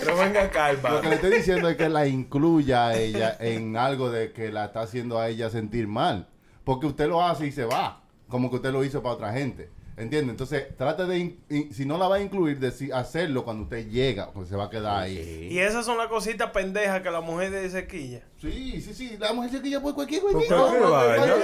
Speaker 5: Pero venga acá,
Speaker 6: Lo que
Speaker 5: hermano.
Speaker 6: le estoy diciendo es que la incluya a ella en algo de que la está haciendo a ella sentir mal. Porque usted lo hace y se va. Como que usted lo hizo para otra gente. ¿Entiende? Entonces, trate de, in- in- si no la va a incluir, de si- hacerlo cuando usted llega, pues se va a quedar ahí.
Speaker 4: Y esas son las cositas pendejas que la mujer de sequilla.
Speaker 6: Sí, sí, sí. La mujer se quilla por cualquier
Speaker 5: Pero qué vaina.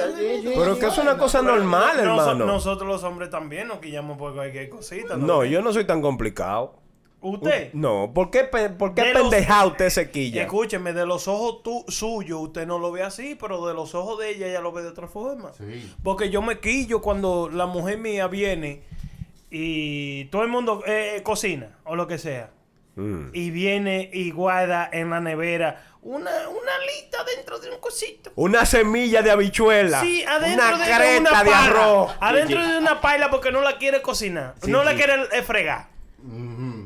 Speaker 5: Pero que es una cosa normal,
Speaker 4: Noso-
Speaker 5: hermano.
Speaker 4: nosotros los hombres también nos quillamos por cualquier cosita.
Speaker 5: No, yo no soy tan complicado.
Speaker 4: Usted,
Speaker 5: No, ¿por qué, pe- por qué
Speaker 4: De los-
Speaker 5: pendejado usted se quilla?
Speaker 4: escúcheme, de los ojos tu- suyos usted no lo ve así, pero de los ojos de ella ella lo ve de otra forma.
Speaker 6: Sí.
Speaker 4: Porque yo me quillo cuando la mujer mía viene y todo el mundo eh, cocina o lo que sea.
Speaker 5: Mm.
Speaker 4: Y viene y guarda en la nevera una, una lita dentro de un cosito.
Speaker 5: Una semilla de habichuela.
Speaker 4: Sí, adentro
Speaker 5: una
Speaker 4: de
Speaker 5: creta
Speaker 4: una paila.
Speaker 5: de arroz.
Speaker 4: Adentro
Speaker 3: Sí, sí.
Speaker 4: de una paila porque no la quiere cocinar.
Speaker 3: Sí,
Speaker 4: no la
Speaker 3: sí.
Speaker 4: quiere eh, fregar.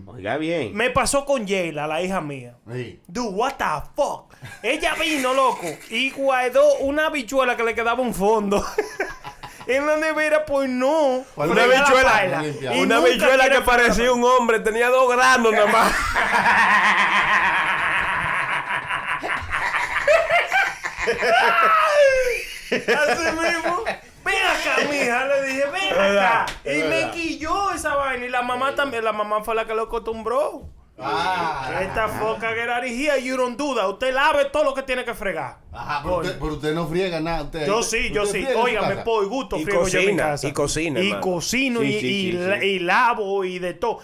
Speaker 3: Oiga bien.
Speaker 4: Me pasó con Jayla, la hija mía.
Speaker 6: Sí.
Speaker 4: Dude, what the fuck? Ella vino, loco, y guardó una habichuela que le quedaba un fondo. <laughs> en la nevera, pues no.
Speaker 6: ¿Cuál
Speaker 5: Una
Speaker 4: Fregar la
Speaker 5: habichuela.
Speaker 4: paila. Y
Speaker 5: Una
Speaker 4: nunca
Speaker 5: habichuela
Speaker 4: quiere
Speaker 5: que parecía un hombre. Tenía dos
Speaker 4: <laughs>
Speaker 5: granos nada más.
Speaker 4: Así mismo. Ven acá, mija, le dije, ven acá.
Speaker 5: verdad,
Speaker 4: Y me quilló esa vaina. Y la mamá también, la mamá fue la que lo acostumbró.
Speaker 5: Ah.
Speaker 6: Ah,
Speaker 4: Esta foca que era here, you don't do that. Usted lave todo lo que tiene que fregar.
Speaker 10: Ajá, pero usted, pero usted no friega nada. Usted,
Speaker 4: Yo sí, yo
Speaker 10: usted
Speaker 4: sí.
Speaker 10: friega en su
Speaker 4: Óigame,
Speaker 10: casa.
Speaker 4: por gusto,
Speaker 5: Y
Speaker 4: friego yo en mi
Speaker 5: cocina,
Speaker 4: casa.
Speaker 5: y cocina,
Speaker 4: Y
Speaker 5: hermano.
Speaker 4: cocino
Speaker 5: Sí,
Speaker 4: y,
Speaker 5: sí,
Speaker 4: y
Speaker 5: sí,
Speaker 4: la-
Speaker 5: sí.
Speaker 4: y lavo y de todo.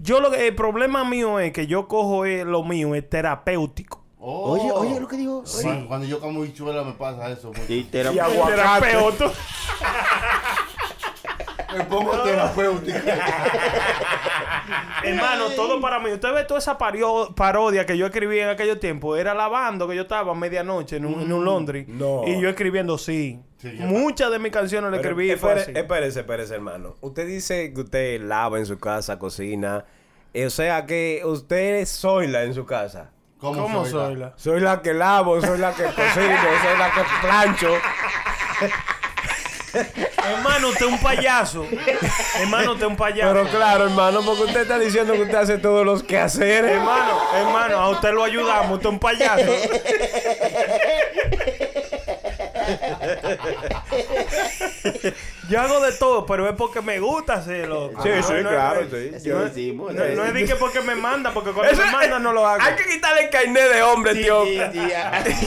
Speaker 4: Yo lo que, el problema mío es que yo cojo eh, lo mío, es terapéutico.
Speaker 10: Oh.
Speaker 4: Oye, oye lo que digo,
Speaker 10: Cu-
Speaker 4: oye.
Speaker 10: Cuando, yo como bichuela me pasa eso. mucho.
Speaker 3: terap-
Speaker 4: Y aguacate. Terapeuta.
Speaker 10: me pongo terapéutica.
Speaker 4: Hermano, todo para mí. Usted ve toda esa pario- parodia que yo escribí en aquellos tiempos. Era lavando que yo estaba a medianoche en un, en un laundry. Y yo escribiendo sí. Muchas de mis canciones le
Speaker 5: Pero e,
Speaker 4: escribí. fue
Speaker 5: espere-
Speaker 4: así.
Speaker 5: Espérese, espérese, hermano. Usted dice que usted lava en su casa, cocina. eh, O sea que usted es Zoila en su casa.
Speaker 10: ¿Cómo,
Speaker 4: ¿Cómo Zoila? Zoila?
Speaker 5: Soy la que lavo, soy la que cocino, soy la que <laughs> plancho.
Speaker 4: Hermano, usted es un payaso. Hermano, usted es un payaso.
Speaker 5: Pero claro, hermano, porque usted está diciendo que usted hace todos los quehaceres.
Speaker 4: Hermano, hermano, a usted lo ayudamos. Usted es un payaso. Yo hago de todo, pero es porque me gusta hacerlo.
Speaker 5: Sí, sí, claro, sí.
Speaker 4: No,
Speaker 5: Sí, lo
Speaker 4: no, no es de que porque me manda, porque cuando
Speaker 5: Eso
Speaker 4: me
Speaker 5: es-
Speaker 4: manda no lo hago.
Speaker 5: Hay que quitarle el carnet de hombre, tío. <laughs>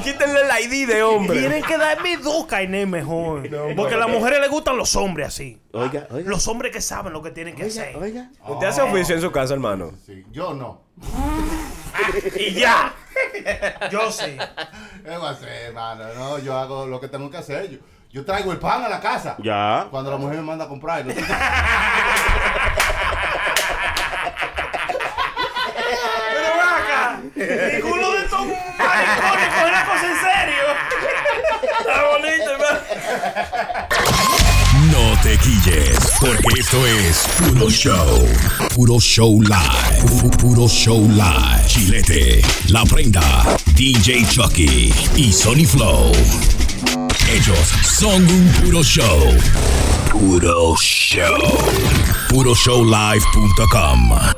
Speaker 5: Quítenle el ID de hombre.
Speaker 4: Tienen que darme dos carnets mejor. porque a las mujeres les gustan los hombres así.
Speaker 3: Oiga, oiga.
Speaker 4: Los hombres que saben lo que tienen que hacer. Oiga.
Speaker 5: ¿Usted hace oficio en su casa, hermano?
Speaker 10: Sí, yo no.
Speaker 4: Y ya. Yo sí.
Speaker 10: ¿Qué va a hacer, hermano? No, yo hago lo que tengo que hacer. Yo, yo traigo el pan a la casa.
Speaker 3: Ya.
Speaker 10: Cuando la mujer me manda a comprarlo.
Speaker 4: Pero ven acá. Ninguno de estos maricones coge la cosa en serio. <laughs> Está bonito, hermano.
Speaker 1: No te quilles, porque esto es Puro Show. Puro Show Live. Pu- Puro Show Live. Chilete, La Prenda, DJ Chucky y Sony Flow. Ellos son un puro show. Puro Show. PuroShowLive.com.